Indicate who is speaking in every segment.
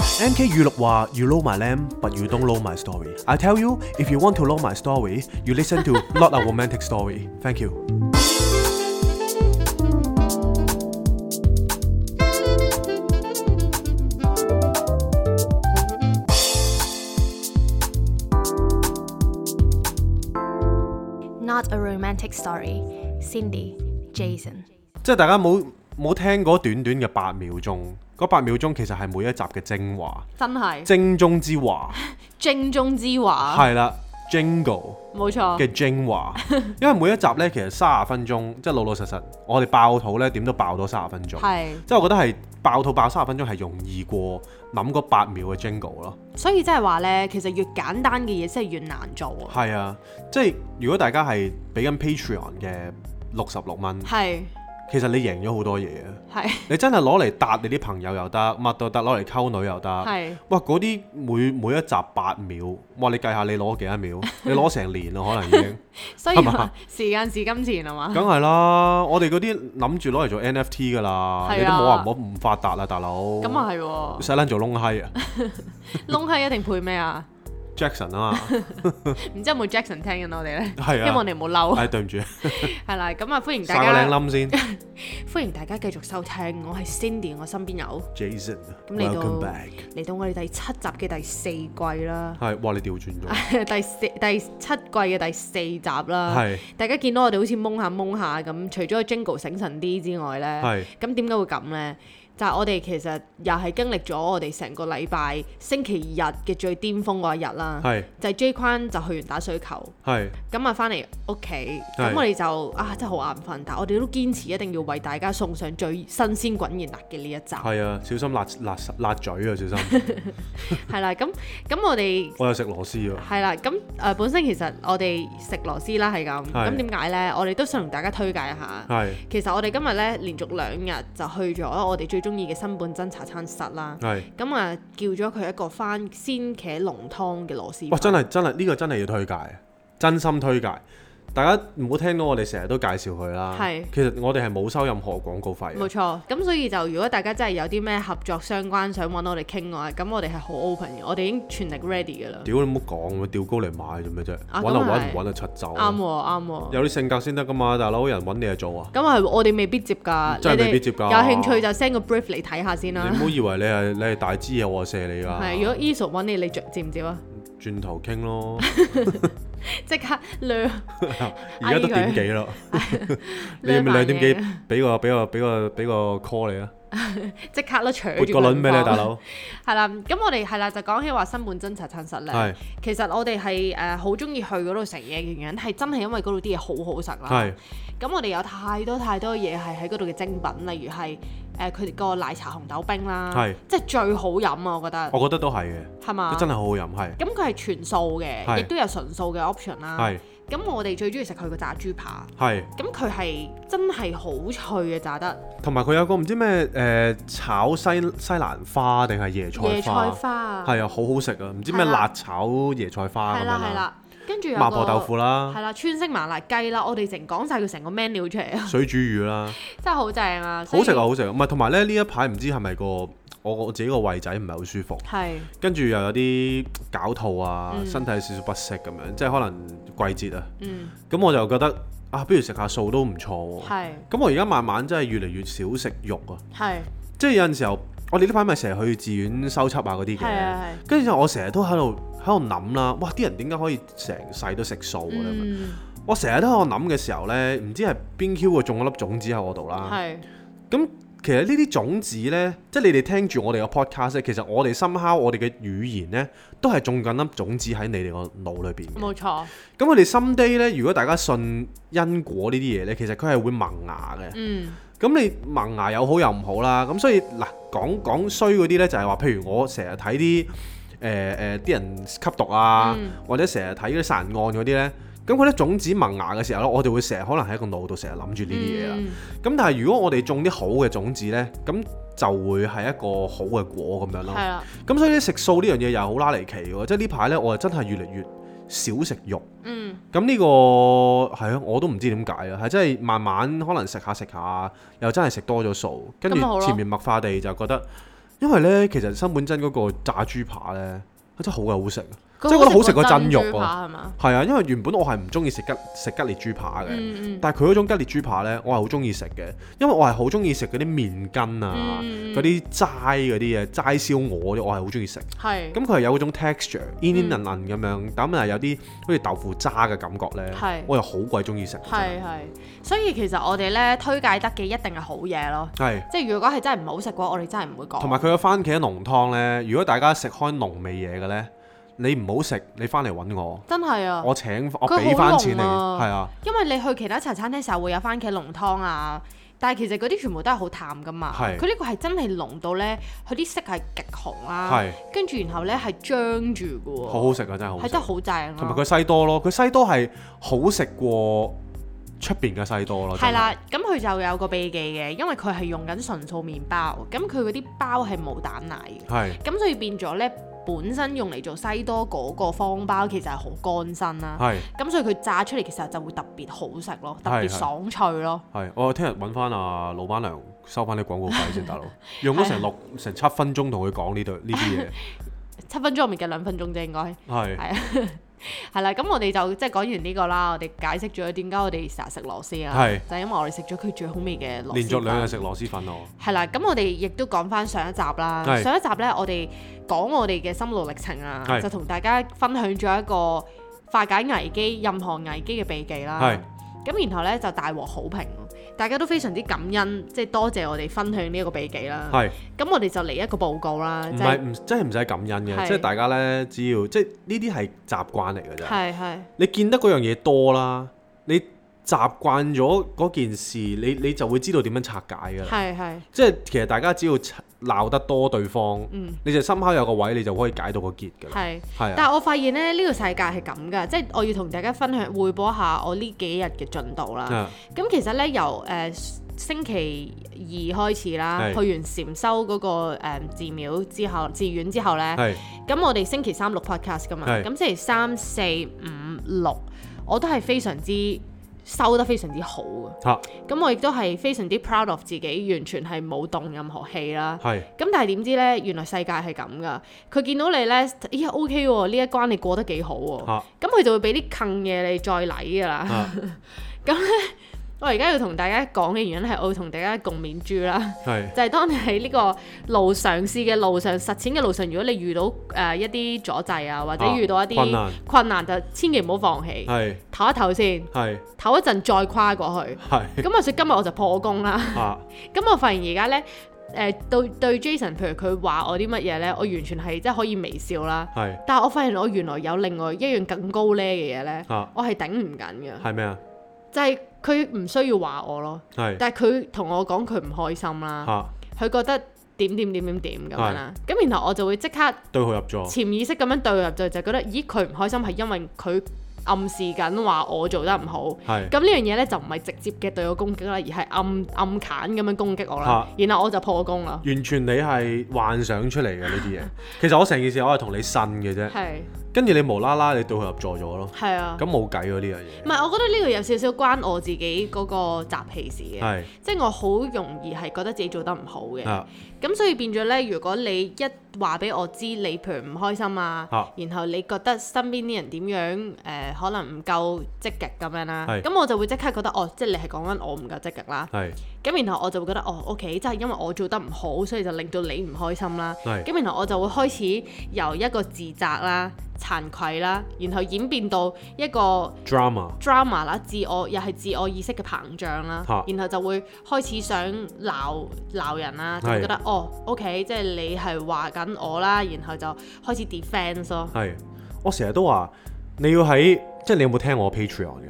Speaker 1: NK 語錄話：You know my lamb, but you don't know my story. I tell you, if you want to know my story, you listen to Not a Romantic Story. Thank you.
Speaker 2: ，Not a romantic story。Cindy、Jason，
Speaker 1: 即係大家冇冇聽嗰短短嘅八秒鐘，嗰八秒鐘其實係每一集嘅精華，
Speaker 3: 真係
Speaker 1: 精中之華，
Speaker 3: 精中之華，
Speaker 1: 係啦，Jingle
Speaker 3: 冇錯，
Speaker 1: 嘅精華。因為每一集呢，其實三十分鐘，即係老老實實，我哋爆肚呢點都爆到三十分鐘。
Speaker 3: 係，
Speaker 1: 即係我覺得係爆肚爆三十分鐘係容易過諗嗰八秒嘅 Jingle 咯。
Speaker 3: 所以即係話呢，其實越簡單嘅嘢，真係越難做啊，
Speaker 1: 係啊，即係如果大家係俾緊 Patreon 嘅六十六蚊，
Speaker 3: 係
Speaker 1: 其實你贏咗好多嘢啊！
Speaker 3: 係
Speaker 1: 你真係攞嚟搭你啲朋友又得，乜都得，攞嚟溝女又得。
Speaker 3: 係
Speaker 1: 哇！嗰啲每每一集八秒，哇！你計下你攞幾多 秒？你攞成年啦，可能已經。
Speaker 3: 所以
Speaker 1: 係嘛
Speaker 3: 話時間是金錢啊嘛，
Speaker 1: 梗係啦，我哋嗰啲諗住攞嚟做 NFT 噶啦，
Speaker 3: 係啊
Speaker 1: 你都冇話唔好唔發達啦，大佬。
Speaker 3: 咁啊係喎，
Speaker 1: 使撚做窿閪啊
Speaker 3: 窿閪一定配咩啊？
Speaker 1: ，Jackson 啊 嘛，
Speaker 3: 唔知有冇 Jackson 聽緊我哋呢？
Speaker 1: 係
Speaker 3: 因
Speaker 1: 啊。
Speaker 3: 為我哋冇嬲，
Speaker 1: 唉，對唔住，
Speaker 3: 係啦，咁啊歡迎大
Speaker 1: 晒個靚
Speaker 3: 家，
Speaker 1: 冧 先。
Speaker 3: 歡迎大家繼續收聽，我係 Cindy，我身邊有咁嚟到
Speaker 1: Jason，welcome back。
Speaker 3: 嚟到我哋第七集嘅第四季啦，
Speaker 1: 係，哇！你調轉 咗，
Speaker 3: 第四第七季嘅第四集啦，
Speaker 1: 係
Speaker 3: 大家見到我哋好似蒙下蒙下咁，除咗個 Jingle 醒神啲之外呢，
Speaker 1: 係
Speaker 3: 咁點解會咁呢？就係、我哋其實又係經歷咗我哋成個禮拜星期日嘅最巔峰嗰一日啦，
Speaker 1: 係
Speaker 3: 就係 J 框就去完打水球。
Speaker 1: 係
Speaker 3: 咁啊，翻嚟屋企，
Speaker 1: 係
Speaker 3: 咁我哋就啊真係好眼瞓，但係我哋都堅持一定要為大家送上最新鮮滾熱辣嘅呢一集，
Speaker 1: 係啊！小心辣辣辣嘴啊！小 心，
Speaker 3: 係啦，咁咁我哋
Speaker 1: 我有食螺絲啊！
Speaker 3: 係啦，咁誒、呃本身其實我哋食螺絲啦係咁，
Speaker 1: 係
Speaker 3: 咁點解呢？我哋都想同大家推介一下。
Speaker 1: 係
Speaker 3: 其實我哋今日呢，連續兩日就去咗我哋最中意嘅新本真茶餐室啦，
Speaker 1: 係，
Speaker 3: 咁啊叫咗佢一個番鮮茄濃湯嘅螺絲
Speaker 1: 哇！真
Speaker 3: 粉，
Speaker 1: 係真係呢個真係要推介，啊真心推介。大家唔好聽到我哋成日都介紹佢啦，
Speaker 3: 係
Speaker 1: 其實我哋係冇收任何廣告費啊
Speaker 3: 冇
Speaker 1: 嘅，
Speaker 3: 錯，咁所以就如果大家真係有啲咩合作相關想揾我哋傾嘅話，咁我哋係好 open 嘅，我哋已經全力 ready 嘅啦。
Speaker 1: 屌你唔好講喎，吊高嚟買做咩啫？揾
Speaker 3: 啊
Speaker 1: 就
Speaker 3: 咁
Speaker 1: 揾，
Speaker 3: 係
Speaker 1: 唔揾就出走。啊
Speaker 3: 啱喎，啱喎。
Speaker 1: 有啲性格先得噶嘛，大佬人揾你就做啊！
Speaker 3: 咁係我哋未必接㗎，
Speaker 1: 嗯真係
Speaker 3: 你哋
Speaker 1: 未必接㗎
Speaker 3: 有興趣就 send 個 brief 嚟睇下先
Speaker 1: 你
Speaker 3: 啦
Speaker 1: 唔。好以為你係你係大支嘢，我就射你㗎。
Speaker 3: 啊係，如果 Eso 揾你，你接接唔接啊？
Speaker 1: 轉頭傾 咯，
Speaker 3: 即刻掠
Speaker 1: 而家都點幾 啦？你咪兩點幾俾個俾個俾個俾個 call 你啊？
Speaker 3: 即刻都搶
Speaker 1: 撥
Speaker 3: 住
Speaker 1: 個輪俾你，
Speaker 3: 份
Speaker 1: 大
Speaker 3: 包。
Speaker 1: 佬。
Speaker 3: 係啦，咁我哋係啦，就講起話新本真茶餐室咧
Speaker 1: 係。
Speaker 3: 其實我哋係誒好中意去嗰度食嘢嘅原因係真係因為嗰度啲嘢好好食啦。
Speaker 1: 係
Speaker 3: 咁我哋有太多太多嘢係喺嗰度嘅精品，例如係誒佢哋個奶茶紅豆冰啦
Speaker 1: 係，
Speaker 3: 即係最好飲啊！我覺得
Speaker 1: 我覺得都係嘅，
Speaker 3: 係嘛
Speaker 1: 都？真係好好飲，係
Speaker 3: 咁佢係全素嘅，
Speaker 1: 係
Speaker 3: 亦都有純素嘅 option 啦。
Speaker 1: 係
Speaker 3: 咁我哋最中意食佢個炸豬扒，
Speaker 1: 係，
Speaker 3: 咁佢係真係好脆嘅炸得
Speaker 1: 同埋佢有個唔知咩誒炒西西蘭花定係椰
Speaker 3: 椰
Speaker 1: 菜
Speaker 3: 菜
Speaker 1: 花，
Speaker 3: 花啊，
Speaker 1: 係啊，好好食啊！唔知咩
Speaker 3: 係啦
Speaker 1: 辣炒椰菜花咁
Speaker 3: 係
Speaker 1: 樣
Speaker 3: 啦
Speaker 1: 啦，
Speaker 3: 係啦，跟住有
Speaker 1: 麻婆豆
Speaker 3: 個
Speaker 1: 腐啦，
Speaker 3: 係啦，川式麻辣雞啦，我哋成講晒佢成個 menu 出嚟啊，
Speaker 1: 水煮魚啦，
Speaker 3: 真係好正啊！所以
Speaker 1: 好食啊！好食啊！唔係同埋咧呢一排唔知係咪個我我自己個胃仔唔係好舒服，
Speaker 3: 係
Speaker 1: 跟住又有啲搞肚啊，
Speaker 3: 嗯
Speaker 1: 身體有少少不適咁樣，即係可能季節啊，
Speaker 3: 嗯
Speaker 1: 咁我就覺得啊，不如食下素都唔錯喎。
Speaker 3: 係
Speaker 1: 咁我而家慢慢真係越嚟越少食肉啊，
Speaker 3: 係
Speaker 1: 即係有陣時候，我哋呢排咪成日去寺院修葺啊嗰啲
Speaker 3: 係
Speaker 1: 嘅，
Speaker 3: 啊係
Speaker 1: 跟住我成日都喺度喺度諗啦，哇！啲人點解可以成世都食素嘅咧？
Speaker 3: 嗯
Speaker 1: 我成日都喺度諗嘅時候呢，唔知係邊 Q 個種咗粒種子喺我度啦。
Speaker 3: 係
Speaker 1: 咁其實呢啲種子呢，即係你哋聽住我哋嘅 podcast 呢其實我哋深敲我哋嘅語言呢，都係種緊粒種子喺你哋個腦裏邊嘅。
Speaker 3: 冇錯，
Speaker 1: 咁我哋 someday 呢，如果大家信因果呢啲嘢呢，其實佢係會萌芽嘅。
Speaker 3: 嗯
Speaker 1: 咁你萌牙有好有唔好啦，咁所以嗱講講衰嗰啲呢，就係話，譬如我成日睇啲誒誒啲人吸毒啊，
Speaker 3: 嗯
Speaker 1: 或者成日睇嗰啲殺人案嗰啲呢。咁佢啲種子萌芽嘅時候呢，我哋會成日可能喺個腦度成日諗住呢啲嘢啦。啊
Speaker 3: 嗯
Speaker 1: 咁、但係如果我哋種啲好嘅種子呢，咁就會係一個好嘅果咁樣咯。
Speaker 3: 嗯係啦，
Speaker 1: 咁所以呢食素呢樣嘢又係好拉離奇喎，即係呢排呢，我係真係越嚟越少食肉。
Speaker 3: 嗯
Speaker 1: 咁呢、個係啊，我都唔知點解啊，係真係慢慢可能食下食下，又真係食多咗素，跟
Speaker 3: 咁咪好
Speaker 1: 住
Speaker 3: 咯
Speaker 1: 前面默化地就覺得因為咧，其實新本真嗰個炸豬扒咧，佢真係好鬼好食啊！
Speaker 3: 佢
Speaker 1: 即係覺得好食過真肉
Speaker 3: 過豬
Speaker 1: 啊
Speaker 3: 扒係嘛？
Speaker 1: 係啊，因為原本我係唔中意食吉食吉列豬扒嘅，
Speaker 3: 嗯嗯
Speaker 1: 但係佢嗰種吉列豬扒呢，我係好中意食嘅，因為我係好中意食嗰啲麵筋啊，
Speaker 3: 嗯
Speaker 1: 嗰啲齋嗰啲嘢，齋燒鵝嗰啲，我係好中意食。
Speaker 3: 係
Speaker 1: 咁佢係有嗰種 texture in
Speaker 3: 嗯
Speaker 1: in 韌韌咁樣，咁係有啲好似豆腐渣嘅感覺呢
Speaker 3: 係，
Speaker 1: 我又好鬼中意食。
Speaker 3: 係係，所以其實我哋咧推介得嘅一定係好嘢咯。
Speaker 1: 係，
Speaker 3: 即係如果係真係唔好食嘅話，我哋真係唔會講。
Speaker 1: 同埋佢嘅番茄濃湯呢，如果大家食開濃味嘢嘅呢，你唔好食，你翻嚟揾我，
Speaker 3: 真係啊，
Speaker 1: 我請我
Speaker 3: 佢
Speaker 1: 俾
Speaker 3: 好
Speaker 1: 翻錢
Speaker 3: 濃
Speaker 1: 你，
Speaker 3: 啊
Speaker 1: 係啊，
Speaker 3: 因為你去其他茶餐廳時候會有番茄濃湯啊，但係其實嗰啲全部都係好淡噶嘛。
Speaker 1: 係
Speaker 3: 佢呢個係真係濃到咧，佢啲色係極紅啦
Speaker 1: 係，
Speaker 3: 跟住然後咧係張住嘅喎，
Speaker 1: 好好食啊，真係好好
Speaker 3: 係
Speaker 1: 食
Speaker 3: 真係。好正
Speaker 1: 同埋
Speaker 3: 咯。
Speaker 1: 佢西多咯，佢西多係好食過出邊嘅西多咯。
Speaker 3: 係啦，咁佢就有個秘技嘅，因為佢係用緊純素麵包，咁佢嗰啲包係冇蛋奶嘅。
Speaker 1: 真係，係
Speaker 3: 咁所以變咗咧，本身用嚟做西多嗰個方包其實係好乾身啦。
Speaker 1: 係
Speaker 3: 咁所以佢炸出嚟其實就會特別好食咯，特
Speaker 1: 係
Speaker 3: 別
Speaker 1: 係
Speaker 3: 爽脆咯。
Speaker 1: 係，我聽日揾翻阿老闆娘收翻啲廣告費先， 大佬用咗成六成七分鐘同佢講呢對呢啲嘢，
Speaker 3: 七分鐘入面嘅兩分鐘啫，應該
Speaker 1: 係
Speaker 3: 係啊。 係啦，咁我哋就即係講完呢個啦，我哋解釋咗點解我哋成日食螺絲啊，
Speaker 1: 係
Speaker 3: 就係因為我哋食咗佢最好味嘅螺絲。
Speaker 1: 連續兩日食螺絲粉我，
Speaker 3: 係啦，咁我哋亦都講翻上一集啦。
Speaker 1: 係
Speaker 3: 上一集呢，我哋講我哋嘅心路歷程啊，
Speaker 1: 係
Speaker 3: 就同大家分享咗一個化解危機、任何危機嘅秘技啦。
Speaker 1: 係
Speaker 3: 咁然後呢，就大獲好評，大家都非常之感恩，即係多謝我哋分享呢一個秘技啦。
Speaker 1: 係
Speaker 3: 咁我哋啊就嚟一個報告啦，
Speaker 1: 唔
Speaker 3: 即
Speaker 1: 係
Speaker 3: 係
Speaker 1: 唔真係唔使感恩嘅，
Speaker 3: 係
Speaker 1: 即係大家呢，只要即係呢啲係習慣嚟嘅啫。
Speaker 3: 係係
Speaker 1: 你見得嗰樣嘢多啦，你習慣咗嗰件事，你你就會知道點樣拆解㗎啦。
Speaker 3: 係係
Speaker 1: 即係其實大家只要鬧得多對方，
Speaker 3: 嗯
Speaker 1: 你就深刻有個位，你就可以解到個結㗎啦。
Speaker 3: 係。
Speaker 1: 係啊，
Speaker 3: 但係我發現咧，呢、個世界係咁噶，即係我要同大家分享匯報一下我呢幾日嘅進度啦。
Speaker 1: 啊
Speaker 3: 咁其實咧，由誒、呃星期二開始啦，
Speaker 1: 係
Speaker 3: 去完禪修嗰、個、呃、寺廟之後，寺院之後咧，
Speaker 1: 係
Speaker 3: 咁我哋星期三錄 podcast 噶嘛，
Speaker 1: 係
Speaker 3: 咁星期三、四、五、六，我都係非常之收得非常之好嘅。
Speaker 1: 啊嚇
Speaker 3: 咁我亦都係非常之 proud of 自己，完全係冇動任何氣啦。
Speaker 1: 係
Speaker 3: 咁但係點知呢？原來世界係咁噶。佢見到你呢，咦 OK 喎，呢一關你過得幾好喎。
Speaker 1: 嚇
Speaker 3: 咁佢就會俾啲坑嘢你再嚟噶啦。
Speaker 1: 嚇
Speaker 3: 我而家要同大家講嘅原因係，我要同大家共勉住啦。
Speaker 1: 係
Speaker 3: 就係當你喺呢個路上試嘅路上實踐嘅路上，如果你遇到誒、呃一啲阻滯啊，或者
Speaker 1: 啊
Speaker 3: 遇到一
Speaker 1: 困
Speaker 3: 啲
Speaker 1: 難
Speaker 3: 困難，就千祈唔好放棄，
Speaker 1: 係
Speaker 3: 唞一唞先，
Speaker 1: 係
Speaker 3: 唞一陣再跨 過去。
Speaker 1: 係
Speaker 3: 咁話說今日我就破功啦。
Speaker 1: 嚇
Speaker 3: 咁我發現而家咧，誒、對對 Jason，譬如佢話我啲乜嘢咧，我完全係即係可以微笑啦。
Speaker 1: 係
Speaker 3: 但係我發現我原來有另外一樣更高呢嘅嘢咧，
Speaker 1: 嚇
Speaker 3: 我係頂唔緊嘅，
Speaker 1: 係咩啊？
Speaker 3: 就係佢唔需要話我咯，
Speaker 1: 係啊
Speaker 3: 但係佢同我講佢唔開心啦，
Speaker 1: 嚇
Speaker 3: 佢覺得點點點點點咁樣啦，咁然後我就會即刻
Speaker 1: 對號入座
Speaker 3: 潛意識咁樣對入就就覺得，咦佢唔開心係因為佢暗示緊話我做得唔好。
Speaker 1: 係
Speaker 3: 咁呢樣嘢咧就唔係直接嘅對我攻擊啦，而係暗暗砍咁樣攻擊我啦
Speaker 1: 啊，
Speaker 3: 然後我就破功啦。
Speaker 1: 完全你係幻想出嚟嘅呢啲嘢。其實我成件事我係同你呻嘅啫，
Speaker 3: 係
Speaker 1: 跟住你無啦啦你對號入座咗咯，
Speaker 3: 係啊
Speaker 1: 咁，冇計喎呢樣嘢
Speaker 3: 唔。係我覺得呢個有少少關我自己嗰個集氣事嘅，
Speaker 1: 係
Speaker 3: 即係我好容易係覺得自己做得唔好嘅，
Speaker 1: 啊
Speaker 3: 咁所以變咗呢，如果你一話俾我知你譬如唔開心啊，
Speaker 1: 啊
Speaker 3: 然後你覺得身邊啲人點樣誒、呃可能唔夠積極咁樣啦，
Speaker 1: 係
Speaker 3: 咁我就會即刻覺得哦，即係你係講緊我唔夠積極啦。
Speaker 1: 係
Speaker 3: 咁然後我就會覺得哦，OK，即係因為我做得唔好，所以就令到你唔開心啦。
Speaker 1: 係
Speaker 3: 咁然後我就會開始由一個自責啦、慚愧啦，然後演變到一個
Speaker 1: drama
Speaker 3: drama 啦、自我又係自我意識嘅膨脹啦
Speaker 1: 嚇，
Speaker 3: 然後就會開始想鬧鬧人啦，就會
Speaker 1: 係
Speaker 3: 覺得哦，OK，即係你係話緊我啦，然後就開始 defense 咯。
Speaker 1: 係。我成日都話你要喺即係你有冇聽我 Patreon 㗎？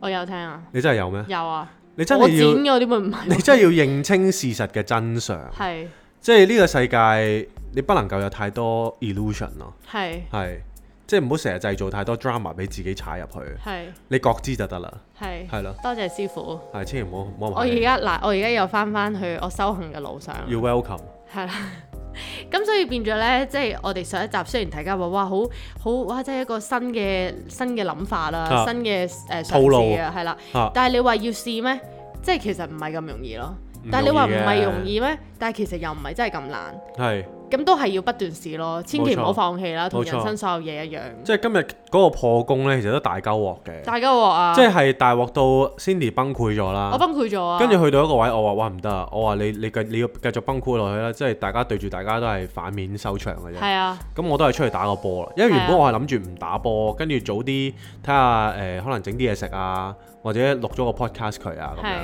Speaker 3: 我有聽啊，
Speaker 1: 你真係有咩？
Speaker 3: 有啊，
Speaker 1: 你真
Speaker 3: 我
Speaker 1: 係
Speaker 3: 剪
Speaker 1: 要
Speaker 3: 嘅嗰啲咪唔
Speaker 1: 你
Speaker 3: 係
Speaker 1: 真係要認清事實嘅真相，
Speaker 3: 係
Speaker 1: 即係呢個世界你不能夠有太多 illusion 咯，
Speaker 3: 係
Speaker 1: 係即係唔好成日製造太多 drama 俾自己踩入去，
Speaker 3: 係
Speaker 1: 你覺知就得啦，
Speaker 3: 係，
Speaker 1: 係咯，
Speaker 3: 多謝師傅。
Speaker 1: 係千祈唔好唔好
Speaker 3: 我
Speaker 1: 玩
Speaker 3: 而
Speaker 1: 嘢
Speaker 3: 家嗱，我而家又翻翻去我修行嘅路上，
Speaker 1: 要 welcome，
Speaker 3: 係啦。 咁所以變咗呢，即係我哋上一集雖然大家話哇好好哇，即係一個新嘅新嘅諗法啦，
Speaker 1: 啊
Speaker 3: 新嘅誒、呃、
Speaker 1: 套路
Speaker 3: 嘗試啊，係啦。
Speaker 1: 啊
Speaker 3: 但係你話要試咩？即係其實唔係咁容易咯，但係你話唔係容
Speaker 1: 易
Speaker 3: 易咩？但係其實又唔係真係咁難，
Speaker 1: 嘅，係
Speaker 3: 咁都係要不斷試咯，千祈唔好
Speaker 1: 冇錯
Speaker 3: 放棄啦，
Speaker 1: 冇
Speaker 3: 同
Speaker 1: 錯
Speaker 3: 人生所有嘢一樣。
Speaker 1: 即係今日嗰個破功咧，其實都大鳩鑊嘅，
Speaker 3: 大家鑊啊！
Speaker 1: 即係大鑊到 Cindy 崩潰咗啦。
Speaker 3: 我崩潰咗啊！
Speaker 1: 跟住去到一個位，我話哇唔得啊！我話你你繼你要繼續崩潰落去啦，即係大家對住大家都係反面收場嘅啫。
Speaker 3: 係啊，
Speaker 1: 咁我都係出去打個波啦，因為原本我係諗住唔打波，跟住早啲睇下誒，可能整啲嘢食啊，或者錄咗個 podcast 佢啊咁
Speaker 3: 係
Speaker 1: 樣。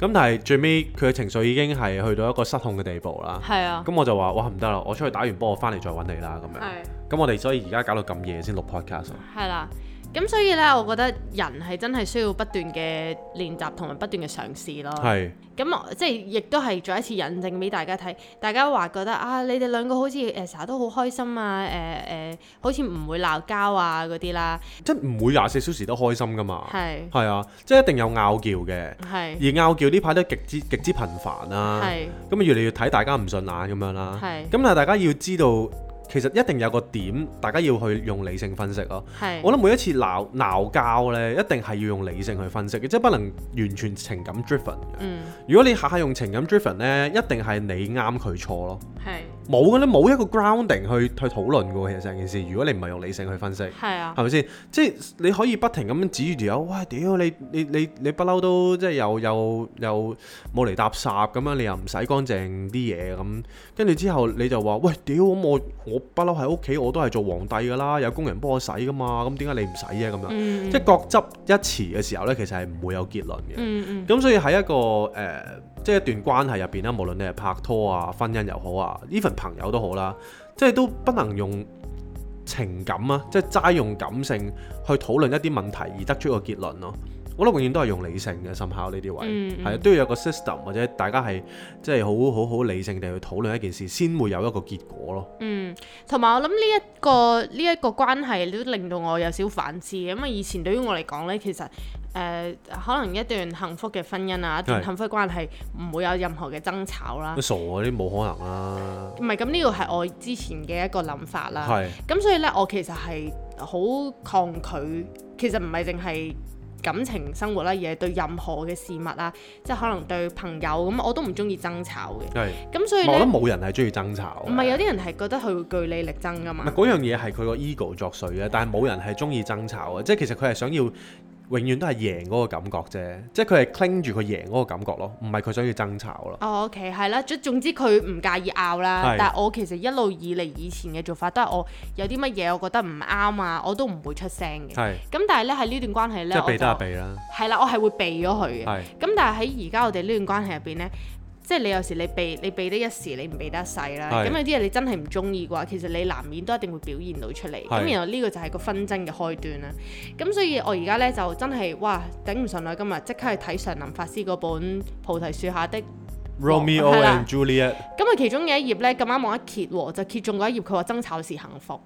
Speaker 1: 咁但係最尾佢嘅情緒已經係去到一個失控嘅地步啦。
Speaker 3: 係啊，
Speaker 1: 咁我就話哇唔得啦，我出去打完波，我翻嚟再揾你啦咁樣。
Speaker 3: 係
Speaker 1: 咁我哋所以而家搞到咁夜先錄 podcast 啊。
Speaker 3: 係啦。咁所以咧，我覺得人係真係需要不斷嘅練習同埋不斷嘅嘗試咯。
Speaker 1: 係
Speaker 3: 咁我即係亦都係再一次引證俾大家睇，大家話覺得啊，你哋兩個好似誒成日都好開心啊，誒、誒、好似唔會鬧交啊嗰啲啦，
Speaker 1: 即係唔會廿四小時都開心噶嘛。
Speaker 3: 係
Speaker 1: 係啊，即係一定有拗撬嘅。
Speaker 3: 係
Speaker 1: 而拗撬呢排都極之極之頻繁啦，
Speaker 3: 係
Speaker 1: 咁越嚟越睇大家唔順眼咁樣啦。
Speaker 3: 係
Speaker 1: 嗯咁但係大家要知道，其實一定有個點，大家要去用理性分析咯。
Speaker 3: 係，
Speaker 1: 我諗每一次鬧鬧交呢，一定係要用理性去分析嘅，即係不能完全情感 driven 嘅。
Speaker 3: 嗯
Speaker 1: 如果你下下用情感 driven 呢，一定係你啱佢錯咯。
Speaker 3: 係
Speaker 1: 冇嘅咧，冇一個 grounding 去去討論嘅喎。其實成件事，如果你唔係用理性去分析。
Speaker 3: 係啊，
Speaker 1: 係咪先？即係你可以不停咁樣指住條友，哇！屌你你你你不嬲都即係又又又冇嚟搭霎咁樣，你又唔洗乾淨啲嘢咁，跟住之後你就話喂屌咁我我不嬲喺屋企我都係做皇帝㗎啦，有工人幫我洗㗎嘛，咁點解你唔洗啊？咁樣、
Speaker 3: 嗯
Speaker 1: 即係各執一詞嘅時候呢，其實係唔會有結論嘅。
Speaker 3: 嗯嗯
Speaker 1: 咁所以喺一個誒、呃即係一段關係入邊啊啦，無論你係拍拖啊、婚姻又好啊，even 朋友都好啦，即係都不能用情感啊，即係齋用感性去討論一啲問題而得出一個結論咯。我覺得永遠都係用理性嘅，深考呢啲位
Speaker 3: 嗯
Speaker 1: 係啊都要有個 system 或者大家係即係好好好理性地去討論一件事，先會有一個結果咯。
Speaker 3: 嗯，同埋我諗呢一個呢一個關係都令到我有少反思嘅，因為以前對於我嚟講呢，其實誒、呃可能一段幸福嘅婚姻啊，一段
Speaker 1: 係
Speaker 3: 幸福嘅關係唔會有任何嘅爭吵啦
Speaker 1: 都。傻啊！啲冇可能啊 啦，
Speaker 3: 唔係咁呢個係我之前嘅一個諗法啦。
Speaker 1: 嗯係
Speaker 3: 咁所以咧，我其實係好抗拒，其實唔係淨係感情生活啦，而係對任何嘅事物啦，即係可能對朋友咁，我都唔中意爭吵嘅。
Speaker 1: 係。
Speaker 3: 咁所以
Speaker 1: 我覺得
Speaker 3: 咧，
Speaker 1: 冇人係中意爭吵嘅。
Speaker 3: 唔係有啲人係覺得佢會據理力爭噶
Speaker 1: 唔係
Speaker 3: 嘛？
Speaker 1: 嗰樣嘢係佢個 ego 作祟嘅，但係冇人係中意爭吵嘅，即係其實佢係想要永遠都係贏嗰個感覺啫，即係佢係 cling 住佢贏嗰個感覺咯，唔係佢想要爭吵咯。
Speaker 3: 哦，OK，係啦，總總之佢唔介意拗啦
Speaker 1: 係。
Speaker 3: 但係我其實一路以嚟以前嘅做法都係我有啲乜嘢我覺得唔啱啊，我都唔會出聲嘅。
Speaker 1: 係，
Speaker 3: 咁但係咧喺呢段關係
Speaker 1: 即
Speaker 3: 咧，
Speaker 1: 係避得
Speaker 3: 我就
Speaker 1: 啊避啦，
Speaker 3: 係啦，我係會避咗佢嘅。
Speaker 1: 係
Speaker 3: 咁但係喺而家我哋呢段關係入邊呢，即係你有時你避你避得一時，你唔避得一世啦。
Speaker 1: 係
Speaker 3: 咁有啲嘢你真係唔中意嘅話，其實你難免都一定會表現到出嚟。
Speaker 1: 係
Speaker 3: 咁然後呢個就係個紛爭嘅開端啦。咁所以我而家呢，就真係哇頂唔順啦！今日即刻去睇常林法師嗰本《菩提樹下的》。
Speaker 1: Romeo
Speaker 3: 係啦
Speaker 1: and Juliet
Speaker 3: 咁啊，其中有一頁呢，咁啱我一揭喎，就揭中嗰一頁，佢話爭吵是幸福。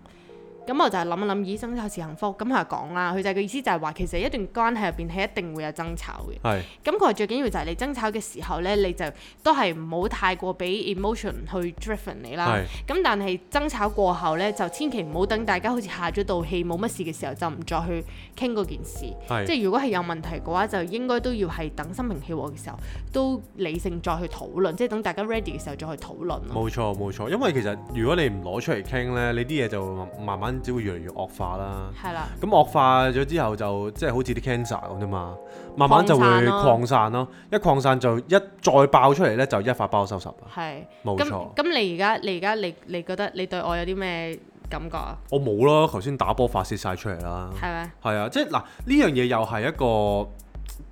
Speaker 3: 咁我就係諗一諗，咦，爭吵是幸福，咁佢就講啦，佢就係個意思就係話，其實一段關係入邊係一定會有爭吵嘅。
Speaker 1: 係
Speaker 3: 咁佢話最緊要就係你爭吵嘅時候呢，你就都係唔好太過俾 emotion 去 driven 你啦。
Speaker 1: 係
Speaker 3: 咁但係爭吵過後呢，就千祈唔好等大家好似下咗道氣冇乜事嘅時候，就唔再去傾嗰件事。
Speaker 1: 係
Speaker 3: 即係如果係有問題嘅話，就應該都要係等心平氣和嘅時候，都理性再去討論，即係等大家 ready 嘅時候再去討論咯。
Speaker 1: 冇錯冇錯，因為其實如果你唔攞出嚟傾呢，你啲嘢就慢慢只會越嚟越惡化啦。
Speaker 3: 係啦，
Speaker 1: 咁惡化咗之後就即係好似啲 cancer 咁啫嘛，慢慢就會
Speaker 3: 擴散咯
Speaker 1: 擴散咯，一擴散就一再爆出嚟呢，就一發包收拾啦，
Speaker 3: 係。
Speaker 1: 冇
Speaker 3: 咁
Speaker 1: 錯。
Speaker 3: 咁你而家你而家你你覺得你對我有啲咩感覺啊？
Speaker 1: 我冇啦，頭先打波發泄晒出嚟啦。
Speaker 3: 係咪？
Speaker 1: 係啊，即係嗱，呢樣嘢又係一個，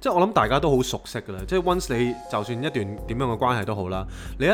Speaker 1: 即係我諗大家都好熟悉㗎啦。即係 once 你就算一段點樣嘅關係都好啦，你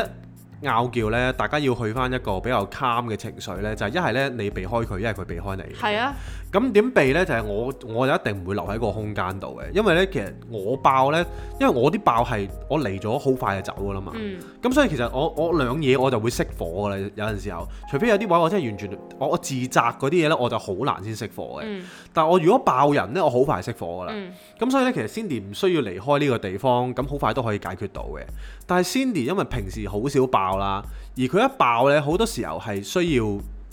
Speaker 1: 一拗撬呢，大家要去翻一個比較 calm 嘅情緒呢，就係一係呢，你避開佢，一係佢避開你。
Speaker 3: 係啊，
Speaker 1: 咁點避呢？就係、我我就一定唔會留喺個空間度嘅，因為呢，其實我爆呢，因為我啲爆係我嚟咗好快就走㗎啦嘛。
Speaker 3: 嗯，
Speaker 1: 咁所以其實我我兩嘢我就會熄火㗎啦，有陣時候，除非有啲位我真係完全我我自責嗰啲嘢咧，我就好難先熄火嘅。
Speaker 3: 嗯
Speaker 1: 但係我如果爆人咧，我好快熄火㗎啦。
Speaker 3: 嗯
Speaker 1: 咁、所以咧，其實 Cindy 唔需要離開呢個地方，咁好快都可以解決到嘅。但係 Cindy 因為平時好少爆啦，而佢一爆咧，好多時候係需要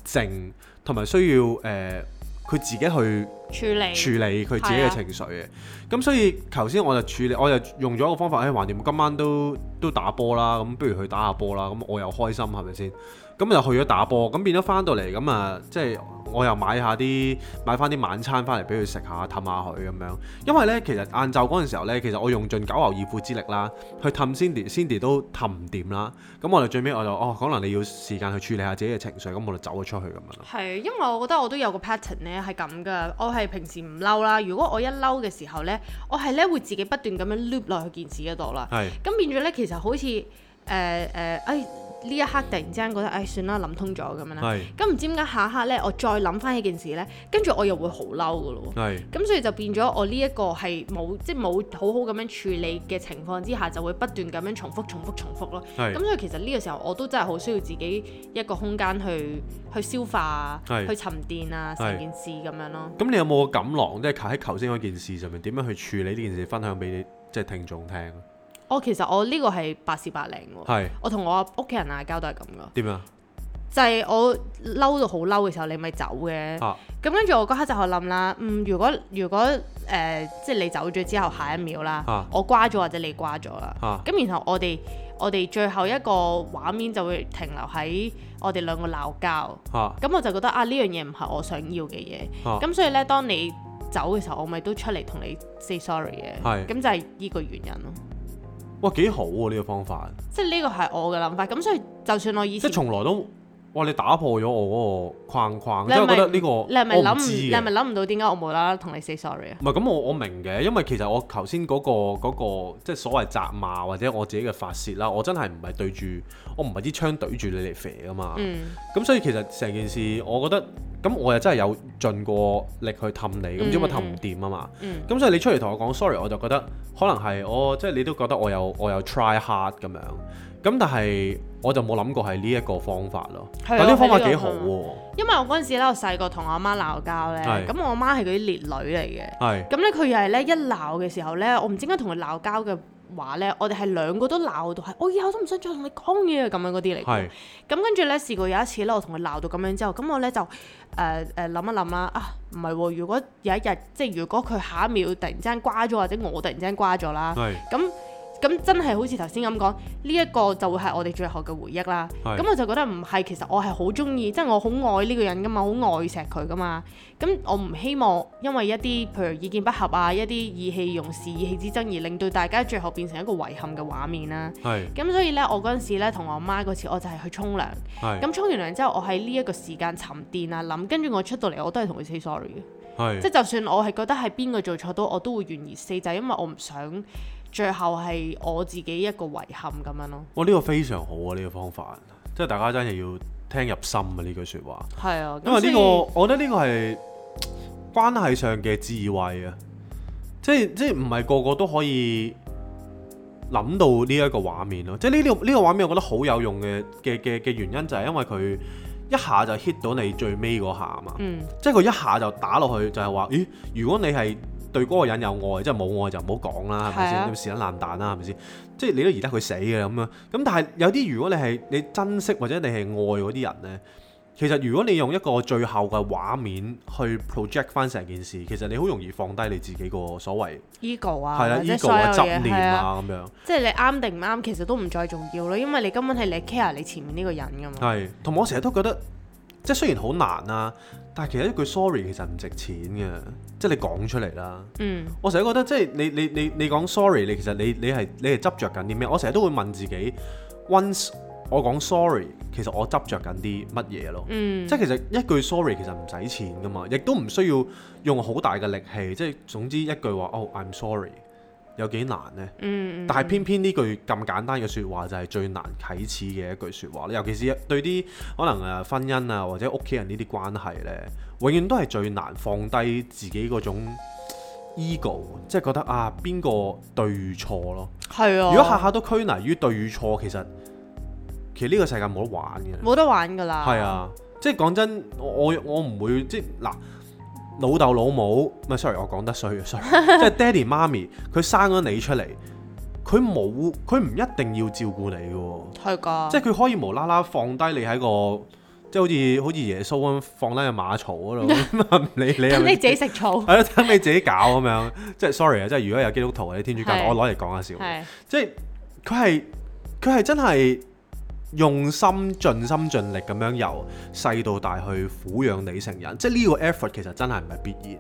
Speaker 1: 靜同埋需要誒、呃佢自己去
Speaker 3: 處理
Speaker 1: 處理佢自己嘅情緒嘅。咁所以頭先我就處理，我就用咗一個方法，誒、橫掂今晚都都打波啦，咁不如去打下波啦，咁我又開心係咪先？咁就去咗打波，咁變咗翻到嚟咁啊，即係我又買下啲買翻啲晚餐翻嚟俾佢食下，氹下佢咁樣。因為呢，其實晏晝嗰陣時候呢，其實我用盡九牛二虎之力啦，去氹 Cindy，Cindy 都氹唔掂啦。咁我哋最尾我就哦，可能你要時間去處理下自己嘅情緒，咁我就走咗出去咁樣啦。
Speaker 3: 係，因為我覺得我都有個 pattern 咧係咁噶。我係平時唔嬲啦，如果我一嬲嘅時候咧，我係咧會自己不斷咁樣 loop 落去件事嗰度啦。
Speaker 1: 係
Speaker 3: 咁變咗咧，其實好似誒誒，哎呢一刻突然之間覺得，哎算啦，諗通咗咁樣啦。
Speaker 1: 係
Speaker 3: 咁唔知點解下一刻咧，我再諗翻起件事咧，跟住我又會好嬲噶咯喎。
Speaker 1: 係
Speaker 3: 咁所以就變咗我呢一個係冇即係冇好好咁樣處理嘅情況之下，就會不斷咁樣重複、重複、重複咯。
Speaker 1: 係
Speaker 3: 咁所以其實呢個時候我都真係好需要自己一個空間去去消化啊、
Speaker 1: 係
Speaker 3: 去沉澱啊
Speaker 1: 係
Speaker 3: 成件事咁樣咯。
Speaker 1: 咁你有冇個錦囊，即係喺頭先嗰件事上面點樣去處理呢件事，分享俾你即係聽眾聽？啊
Speaker 3: 我其實我呢個係百試百靈喎。
Speaker 1: 係
Speaker 3: 我同我屋企人嗌交都係咁噶，
Speaker 1: 點啊？
Speaker 3: 就係、我嬲到好嬲嘅時候，你咪走嘅。
Speaker 1: 啊
Speaker 3: 咁跟住我嗰刻就喺度諗啦，嗯，如果如果誒、呃即係你走咗之後，下一秒啦，
Speaker 1: 啊
Speaker 3: 我瓜咗或者你瓜咗啦，
Speaker 1: 啊
Speaker 3: 咁、然後我哋我哋最後一個畫面就會停留喺我哋兩個鬧交，
Speaker 1: 啊
Speaker 3: 咁我就覺得啊呢樣嘢唔係我想要嘅嘢，
Speaker 1: 啊
Speaker 3: 咁、所以呢，當你走嘅時候，我咪都出嚟同你 say sorry
Speaker 1: 係
Speaker 3: 嘅，咁就係呢個原因咯，
Speaker 1: 哇幾好喎呢個方法，
Speaker 3: 即係呢個係我嘅諗法，咁所以就算我以
Speaker 1: 即
Speaker 3: 前
Speaker 1: 係。從來都哇你打破咗我嗰個框框，
Speaker 3: 你
Speaker 1: 即係
Speaker 3: 係
Speaker 1: 我覺
Speaker 3: 咪
Speaker 1: 得呢個
Speaker 3: 你係咪
Speaker 1: 我唔
Speaker 3: 諗
Speaker 1: 知
Speaker 3: 唔？你
Speaker 1: 嘅
Speaker 3: 係咪諗唔到點解我無啦啦同你 say sorry 啊？
Speaker 1: 唔係咁，我我明嘅，因為其實我頭先嗰個嗰、個即係所謂責罵或者我自己嘅發泄啦，我真係唔係對住我唔係支槍對住你嚟射噶嘛。
Speaker 3: 嗯，
Speaker 1: 咁所以其實成件事，我覺得咁我又真係有盡過力去氹你，咁只不過氹唔掂啊嘛。咁、
Speaker 3: 嗯
Speaker 1: 所以你出嚟同我講 sorry，我就覺得可能係我即係你都覺得我有我有 try hard 咁樣，咁但係我就冇諗過係呢一個方法咯。
Speaker 3: 係啊
Speaker 1: 但呢個方法
Speaker 3: 係呢個
Speaker 1: 幾好
Speaker 3: 方法
Speaker 1: 喎，
Speaker 3: 因為我嗰陣時咧，我細個同我阿媽鬧交咧，
Speaker 1: 係
Speaker 3: 咁我阿媽係嗰啲烈女嚟嘅，
Speaker 1: 係
Speaker 3: 咁咧佢又係咧一鬧嘅時候咧，我唔知點解同佢鬧交嘅話咧，我哋係兩個都鬧到係，哎我以後都唔想再同你講嘢啊咁樣嗰啲嚟嘅
Speaker 1: 係。
Speaker 3: 咁跟住咧試過有一次咧，我同佢鬧到咁樣之後，咁我咧就誒誒諗一諗啦，啊唔係喎，如果有一日即係如果佢下一秒突然之間瓜咗，或者我突然之間瓜咗啦。
Speaker 1: 係
Speaker 3: 咁咁真係好似頭先咁講，呢、一個就會係我哋最後嘅回憶啦。
Speaker 1: 係
Speaker 3: 咁我就覺得唔係，其實我係好中意，即係我好愛呢個人噶嘛，好愛錫佢噶嘛。咁我唔希望因為一啲譬如意見不合啊，一啲意氣用事、意氣之爭而令到大家最後變成一個遺憾嘅畫面啦。
Speaker 1: 係
Speaker 3: 咁所以呢，我嗰陣時咧同我媽嗰次，我就係去沖涼。
Speaker 1: 係
Speaker 3: 咁沖完涼之後，我喺呢一個時間沉澱啊，諗，跟住我出到嚟，我都係同佢 say sorry 嘅。
Speaker 1: 係
Speaker 3: 即係就算我係覺得係邊個做錯到，我都會願意 say，就係因為我唔想最後係我自己一個遺憾咁樣咯。
Speaker 1: 哇！呢、個非常好啊，呢、個方法，即係大家真係要聽入心啊呢句説話，
Speaker 3: 係啊，
Speaker 1: 因為呢、個我覺得呢個係關係上嘅智慧啊，即係即係唔係個個都可以諗到呢一個畫面咯，即係呢呢個呢、個畫面我覺得好有用嘅嘅嘅嘅原因就係因為佢一下就 hit 到你最尾嗰下啊嘛，
Speaker 3: 嗯
Speaker 1: 即係佢一下就打落去就係話，咦？如果你係對嗰個人有愛，即係冇愛就唔好講啦，係咪
Speaker 3: 係啊
Speaker 1: 先？你是撚爛蛋啦，係咪先？即係你都而得佢死嘅咁樣。咁但係有啲如果你係你珍惜或者你係愛嗰啲人呢，其實如果你用一個最後嘅畫面去 project 翻成件事，其實你好容易放低你自己個所謂
Speaker 3: ego 啊，
Speaker 1: 係啦
Speaker 3: 或者
Speaker 1: ego
Speaker 3: 所有
Speaker 1: 啊
Speaker 3: 嘢
Speaker 1: 執念
Speaker 3: 係啊，
Speaker 1: 啊咁樣。
Speaker 3: 即係你啱定唔啱，其實都唔再重要咯，因為你根本係你 care 你前面呢個人噶嘛。
Speaker 1: 係，同埋我成日都覺得，即係雖然好難啦，但係其實一句 sorry 其實唔值錢嘅，即係你講出嚟啦。
Speaker 3: 嗯，
Speaker 1: 我成日覺得即係你你你你講 sorry，你其實你你係你係執着緊啲咩？我成日都會問自己，once 我講 sorry，其實我執着緊啲乜嘢咯？
Speaker 3: 嗯
Speaker 1: 即係其實一句 sorry 其實唔使錢噶嘛，亦都唔需要用好大嘅力氣。即係總之一句話，哦、i m sorry，有幾難呢？
Speaker 3: 嗯，嗯
Speaker 1: 但係偏偏呢句咁簡單嘅説話就係最難啟齒嘅一句説話咧，尤其是對啲可能誒婚姻啊或者屋企人呢啲關係呢，永遠都係最難放低自己嗰種 ego，即係覺得啊邊個對與錯咯。
Speaker 3: 係啊。
Speaker 1: 如果下下都拘泥於對與錯，其實其實呢個世界冇得玩嘅。
Speaker 3: 冇得玩㗎啦，
Speaker 1: 係，啊，即係講真，我我我唔會即係嗱，老豆老母，唔係 sorry，我講得衰啊，sorry，即係 爹哋媽咪，佢生咗你出嚟，佢冇，
Speaker 3: 哦
Speaker 1: 佢唔一定要照顧你嘅喎，
Speaker 3: 係㗎，
Speaker 1: 即係佢可以無啦啦放低你喺個。即係好似好似耶穌咁放低喺馬槽嗰 度，咁啊唔理你係
Speaker 3: 等你
Speaker 1: 咪
Speaker 3: 自己食草，
Speaker 1: 係咯，等你自己搞咁樣。即係 sorry 啊，即係如果有基督徒或者天主教徒，
Speaker 3: 係
Speaker 1: 我攞嚟講下笑。
Speaker 3: 係
Speaker 1: 即係佢係佢係真係用心盡心盡力咁樣由細到大去撫養你成人，即係呢個 effort 其實真係唔係必然。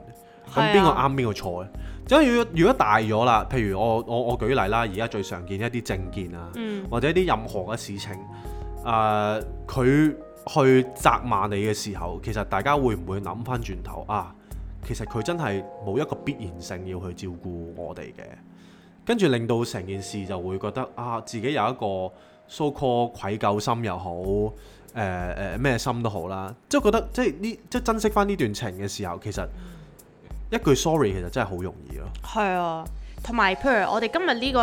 Speaker 1: 咁
Speaker 3: 係啊
Speaker 1: 邊個啱邊個錯咧？因為如果如果大咗啦，譬如我我我舉例啦，而家最常見一啲政見啊，
Speaker 3: 嗯
Speaker 1: 或者一啲任何嘅事情，誒、佢去責罵你嘅時候，其實大家會唔會諗翻轉頭啊？其實佢真係冇一個必然性要去照顧我哋嘅，跟住令到成件事就會覺得啊，自己有一個 so call 愧疚心又好，誒誒咩心都好啦，即係覺得即係呢即係珍惜翻呢段情嘅時候，其實一句 sorry 其實真係好容易咯，
Speaker 3: 係啊。同埋，譬如我哋今日呢、個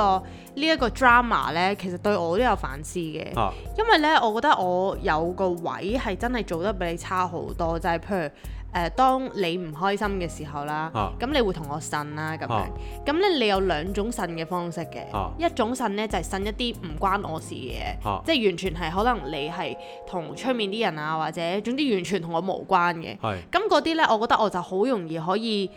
Speaker 3: 呢一、個 drama 呢，其實對我都有反思嘅。
Speaker 1: 啊
Speaker 3: 因為咧，我覺得我有個位係真係做得比你差好多，就係、譬如誒、呃，當你唔開心嘅時候啦，
Speaker 1: 啊
Speaker 3: 咁、你會同我呻啦咁樣
Speaker 1: 啊，
Speaker 3: 咁咧、你有兩種呻嘅方式嘅，
Speaker 1: 啊
Speaker 3: 一種呻咧就係、呻一啲唔關我事嘅嘢，
Speaker 1: 啊
Speaker 3: 即係完全係可能你係同出面啲人啊，或者總之完全同我無關嘅，
Speaker 1: 係
Speaker 3: 咁嗰啲咧，我覺得我就好容易可以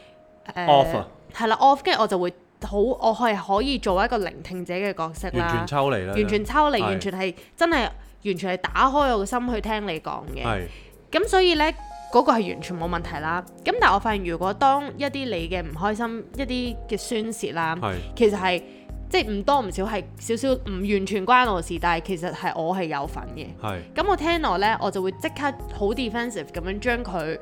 Speaker 3: 誒
Speaker 1: Off 啊
Speaker 3: 係啦 off，跟住我就會好，我係可以做一個聆聽者嘅角色
Speaker 1: 完
Speaker 3: 啦
Speaker 1: 全。抽離啦，
Speaker 3: 完全抽離，
Speaker 1: 係
Speaker 3: 完全係真係完全係打開我個心去聽你講嘅。
Speaker 1: 係
Speaker 3: 咁所以呢，嗰、個係完全冇問題啦。咁但係我發現，如果當一啲你嘅唔開心、一啲嘅宣泄啦，
Speaker 1: 係
Speaker 3: 其實係即係唔多唔少係少少唔完全關我事，但係其實係我係有份嘅。
Speaker 1: 係
Speaker 3: 咁我聽落呢，我就會即刻好 defensive 咁樣將佢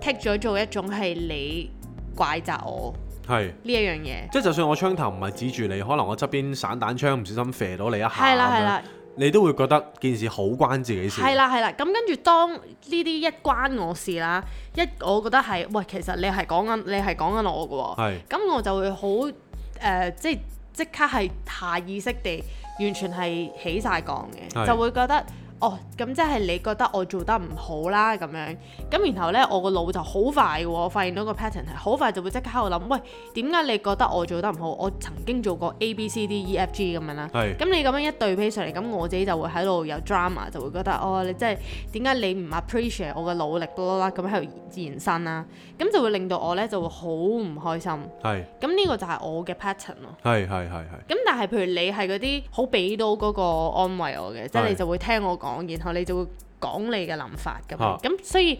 Speaker 3: 剔咗做一種係你怪責我
Speaker 1: 係。
Speaker 3: 呢一樣嘢。
Speaker 1: 即係就算我槍頭唔係指住你，可能我側邊散彈槍唔小心射到你一下，
Speaker 3: 係啦，係啦。
Speaker 1: 咁樣，你都會覺得件事好關自己事，
Speaker 3: 係啦係啦，咁跟住當呢啲一關我事啦，一我覺得係喂，其實你係講緊你係講緊我嘅
Speaker 1: 係
Speaker 3: 喎，咁我就會好誒、呃即係即刻係下意識地完全係起晒槓嘅，
Speaker 1: 係
Speaker 3: 就會覺得哦，咁即係你覺得我做得唔好啦咁樣，咁然後呢，我個腦就好快嘅喎，我發現到個 pattern 係好快就會即刻喺度諗，喂，點解你覺得我做得唔好？我曾經做過 A B C D E F G 咁樣啦。
Speaker 1: 係
Speaker 3: 咁你咁樣一對比上嚟，咁我自己就會喺度有 drama，就會覺得哦，你真係點解你唔 appreciate 我嘅努力啦啦啦，咁喺度延伸啦，咁就會令到我呢就會好唔開心。
Speaker 1: 係
Speaker 3: 咁呢個就係我嘅 pattern 咯。
Speaker 1: 係係係係
Speaker 3: 咁但係譬如你係嗰啲好俾到嗰個安慰我嘅，即係
Speaker 1: 係
Speaker 3: 你就會聽我講，然後你就會講你嘅諗法咁樣。
Speaker 1: 啊
Speaker 3: 咁所以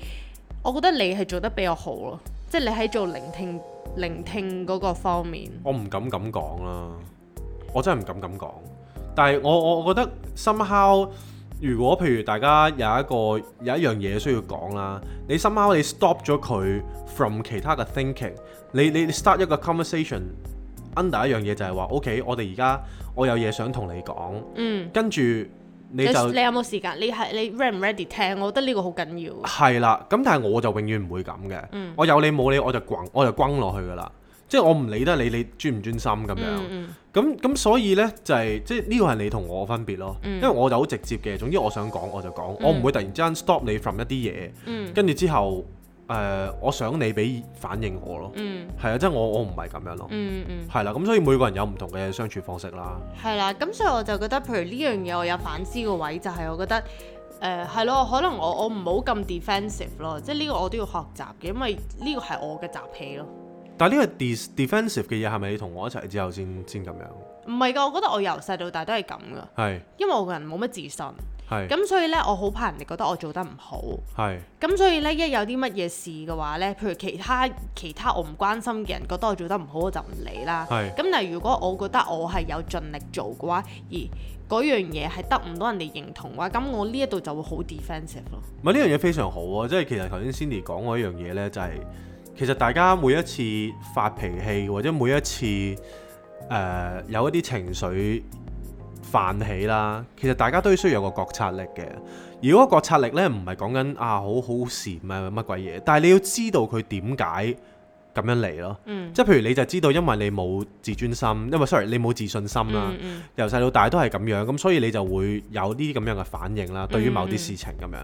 Speaker 3: 我覺得你係做得比我好咯，即係你喺做聆聽聆聽嗰個方面。
Speaker 1: 我唔敢咁講啦，我真係唔敢咁講。但係我我我覺得 somehow，如果譬如大家有一個有一樣嘢需要講啦，你 somehow 你 stop 咗佢 from 其他嘅 thinking，你你你 start 一個 conversation under 一樣嘢就係話，OK，我哋而家我有嘢想同你講，
Speaker 3: 嗯。
Speaker 1: 跟住你
Speaker 3: 你
Speaker 1: 就。
Speaker 3: 你有冇時間？你係你 ready 唔 ready 聽？我覺得呢個好緊要。
Speaker 1: 係啦，咁但係我就永遠唔會咁嘅。
Speaker 3: 嗯
Speaker 1: 我有你冇你，我就滾，我就轟落去噶啦。即係我唔理得你，你專唔專心咁樣。
Speaker 3: 嗯
Speaker 1: 咁咁所以呢，就係、即係呢個係你同我嘅分別咯。
Speaker 3: 嗯
Speaker 1: 因為我就好直接嘅，總之我想講我就講，我唔會突然之間 stop 你 from 一啲嘢。
Speaker 3: 嗯
Speaker 1: 跟住之後，誒、我想你俾反應我咯。
Speaker 3: 嗯
Speaker 1: 係啊，即係我我唔係咁樣咯。
Speaker 3: 嗯嗯，
Speaker 1: 係啦，咁所以每個人有唔同嘅相處方式啦。
Speaker 3: 係啦。咁所以我就覺得，譬如呢樣嘢，我有反思個位就係我覺得。誒係咯，可能我我唔好咁 defensive 咯，即係呢個我都要學習嘅，因為呢個係我嘅習氣咯。
Speaker 1: 但係呢個 de- defensive 嘅嘢係咪你同我一齊之後先先咁樣？
Speaker 3: 唔係㗎，我覺得我由細到大都係咁㗎，
Speaker 1: 係
Speaker 3: 因為我個人冇乜自信，
Speaker 1: 係
Speaker 3: 咁所以呢，我好怕人哋覺得我做得唔好。
Speaker 1: 係
Speaker 3: 咁所以呢，一有啲乜嘢事嘅話呢，譬如其他其他我唔關心嘅人覺得我做得唔好，我就唔理啦。
Speaker 1: 係
Speaker 3: 咁但係如果我覺得我係有盡力做嘅話，而嗰樣嘢係得唔到人哋認同嘅話，咁我呢一度就會好 defensive 咯。
Speaker 1: 唔係呢樣嘢非常好啊！即係其實頭先 Cindy 講嗰一樣嘢呢，就係、其實大家每一次發脾氣或者每一次誒、呃有一啲情緒泛起啦，其實大家都需要有個覺察力嘅。而嗰個覺察力呢，唔係講緊啊好好禪啊乜鬼嘢，但係你要知道佢點解咁樣嚟咯。
Speaker 3: 嗯
Speaker 1: 即係譬如你就知道，因為你冇自尊心，因為 sorry 你冇自信心啦。
Speaker 3: 嗯嗯
Speaker 1: 由細到大都係咁樣，咁所以你就會有呢啲咁樣嘅反應啦，對於某啲事情咁樣。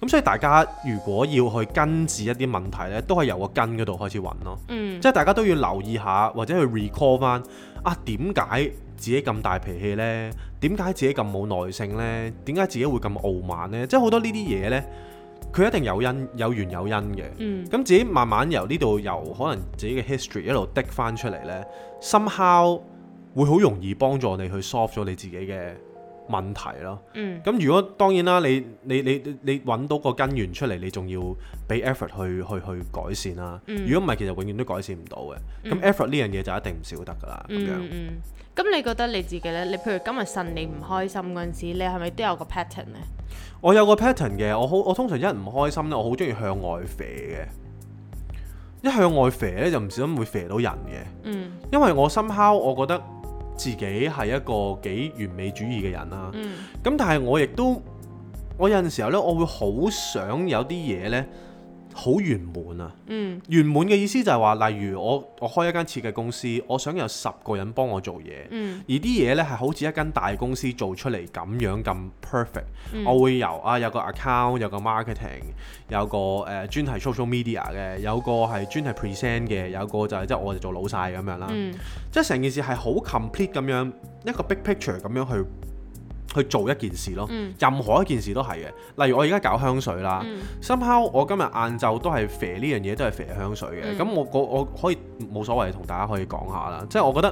Speaker 1: 咁所以大家如果要去根治一啲問題呢，都係由個根嗰度開始揾咯。
Speaker 3: 嗯
Speaker 1: 即係大家都要留意下，或者去 recall 翻啊點解自己咁大脾氣呢？點解自己咁冇耐性呢？點解自己會咁傲慢呢？即係好多呢啲嘢呢，佢一定有因有緣有因嘅。
Speaker 3: 嗯
Speaker 1: 咁自己慢慢由呢度由可能自己嘅 history 一路滴翻出嚟呢 somehow 會好容易幫助你去 solve 咗你自己嘅問題咯。
Speaker 3: 嗯
Speaker 1: 咁如果當然啦，你你你你你揾到個根源出嚟，你仲要俾 effort 去去去改善啦。如果唔係，其實永遠都改善唔到嘅。咁 effort 呢樣嘢就一定唔少得噶啦。咁
Speaker 3: 嗯
Speaker 1: 樣
Speaker 3: 嗯。咁你覺得你自己呢？你譬如今日呻你唔開心嗰陣時，你係咪都有個 pattern 呢？
Speaker 1: 我有個 pattern 嘅，我好我通常一唔開心呢，我好中意向外肥嘅。一向外肥呢，就唔小心會肥到人嘅。
Speaker 3: 嗯
Speaker 1: 因為我深烤，我覺得自己係一個幾完美主義嘅人啦。咁、
Speaker 3: 嗯
Speaker 1: 但係我亦都，我有陣時候呢，我會好想有啲嘢呢，好圓滿啊！
Speaker 3: 嗯
Speaker 1: 圓滿嘅意思就係話，例如我我開一間設計公司，我想有十個人幫我做嘢。
Speaker 3: 嗯
Speaker 1: 而啲嘢呢係好似一間大公司做出嚟咁樣咁 perfect，、我
Speaker 3: 嗯
Speaker 1: 會由啊有個 account，有個 marketing，有個誒、呃、專係 social media 嘅，有個係專係 present 嘅，有個就係即係我就做老晒咁樣啦。
Speaker 3: 嗯
Speaker 1: 即係成件事係好 complete 咁樣一個 big picture 咁樣去去做一件事咯。
Speaker 3: 嗯
Speaker 1: 任何一件事都係嘅，例如我而家搞香水啦
Speaker 3: 嗯
Speaker 1: ，somehow 我今日晏晝都係肥呢樣嘢，都係肥香水嘅。
Speaker 3: 嗯
Speaker 1: 咁、我我我可以冇所謂，同大家可以講下啦。即係我覺得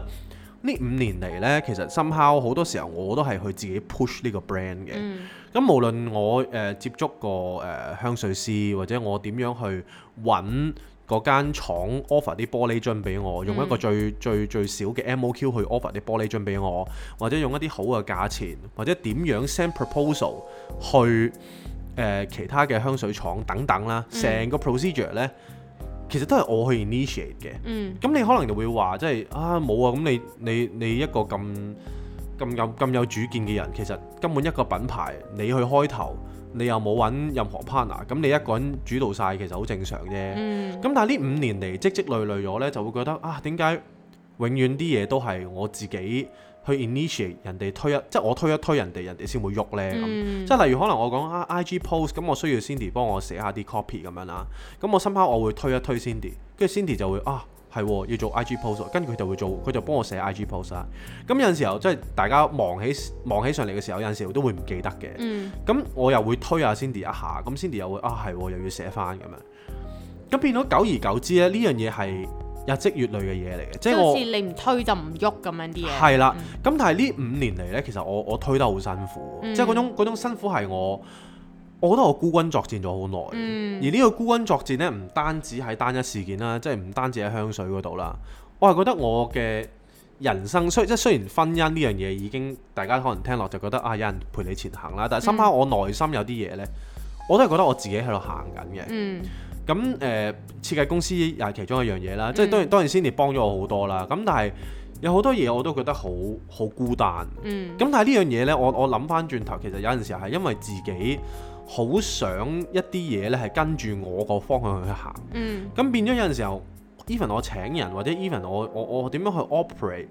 Speaker 1: 呢五年嚟呢，其實 somehow 好多時候我都係去自己 push 呢個 brand 嘅。
Speaker 3: 嗯
Speaker 1: 咁無論我誒、呃接觸個誒、呃香水師，或者我點樣去揾嗰間廠 offer 啲玻璃樽俾我，用一個最、最最少嘅 MOQ 去 offer 啲玻璃樽俾我，或者用一啲好嘅價錢，或者點樣 send proposal 去誒、呃其他嘅香水廠等等啦，成、個 procedure 呢，其實都係我去 initiate 嘅。
Speaker 3: 嗯
Speaker 1: 咁你可能就會話，即係啊冇啊，咁你你你一個咁咁有咁有主見嘅人，其實根本一個品牌你去開頭，你又冇揾任何 partner，咁你一個人主導晒，其實好正常啫。咁、
Speaker 3: 嗯
Speaker 1: 但係呢五年嚟積積累累咗呢，就會覺得啊點解永遠啲嘢都係我自己去 initiate 人哋推一，即係我推一推人哋，人哋先會喐呢。咁、
Speaker 3: 嗯
Speaker 1: 即係例如可能我講啊 IG post，咁我需要 Cindy 幫我寫下啲 copy 咁樣啦。咁我深刻我會推一推 Cindy，跟住 Cindy 就會啊係喎要做 IG post，喎跟住佢就會做，佢就幫我寫 IG post 啦。咁有陣時候即係大家忙起忙起上嚟嘅時候，有陣時候都會唔記得嘅。
Speaker 3: 嗯
Speaker 1: 咁我又會推下 Cindy 一下，咁 Cindy 又會啊係喎，又要寫翻咁樣。咁變咗久而久之咧，呢樣嘢係日積月累嘅嘢嚟嘅，即
Speaker 3: 即係
Speaker 1: 係
Speaker 3: 好
Speaker 1: 我
Speaker 3: 似你唔推就唔喐咁樣啲嘢。
Speaker 1: 係啦。咁但係呢五年嚟呢，其實我我推得好辛苦，
Speaker 3: 嗯
Speaker 1: 即係嗰種嗰種辛苦係我，我覺得我孤軍作戰咗好耐。
Speaker 3: 嗯
Speaker 1: 而呢個孤軍作戰呢，唔單止喺單一事件啦，即係唔單止喺香水嗰度啦，我係覺得我嘅人生雖即係雖然婚姻呢樣嘢已經大家可能聽落就覺得啊有人陪你前行啦，但係深
Speaker 3: 嗯
Speaker 1: 刻我內心有啲嘢呢，我都係覺得我自己喺度行緊嘅。
Speaker 3: 嗯
Speaker 1: 咁誒、呃、設計公司又係其中一樣嘢啦，即係當然當然 Cindy 幫咗我好多啦。咁但係有好多嘢我都覺得好好孤單。
Speaker 3: 嗯
Speaker 1: 咁但係呢樣嘢呢，我我諗翻轉頭，其實有陣時候係因為自己好想一啲嘢呢係跟住我個方向去行，
Speaker 3: 嗯
Speaker 1: 咁變咗有陣時候，even 我請人或者 even 我我我點樣去 operate，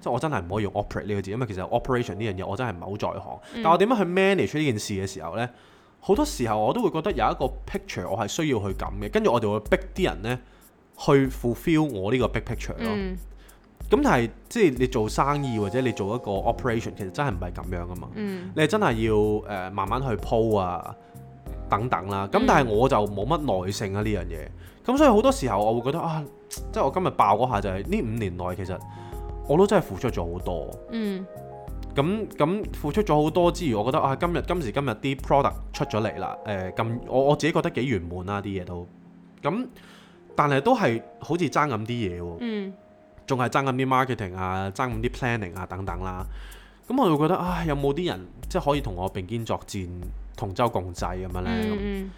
Speaker 1: 即係我真係唔可以用 operate 呢個字，因為其實 operation 呢樣嘢我真係唔係好在行。但我點樣去 manage 呢件事嘅時候呢，好多時候我都會覺得有一個 picture 我係需要去咁嘅，跟住我就會逼啲人呢去 fulfill 我呢個 big picture 咯。
Speaker 3: 嗯
Speaker 1: 咁但係即係你做生意或者你做一個 operation，其實真係唔係咁樣噶嘛。
Speaker 3: 嗯
Speaker 1: 你係真係要誒、呃慢慢去鋪啊等等啦。咁但係我就冇乜耐性啊呢樣嘢。咁所以好多時候我會覺得啊，即係我今日爆嗰下就係呢五年內其實我都真係付出咗好多。
Speaker 3: 嗯
Speaker 1: 咁咁付出咗好多之餘，我覺得啊今日今時今日啲 product 出咗嚟啦，誒、呃咁我我自己覺得幾圓滿啦啲嘢都。咁但係都係好似爭咁啲嘢喎。
Speaker 3: 嗯
Speaker 1: 仲係爭緊啲 marketing 啊，爭緊啲 planning 啊等等啦。咁我就會覺得啊，有冇啲人即係可以同我並肩作戰、同舟共濟咁樣呢？咁
Speaker 3: 嗯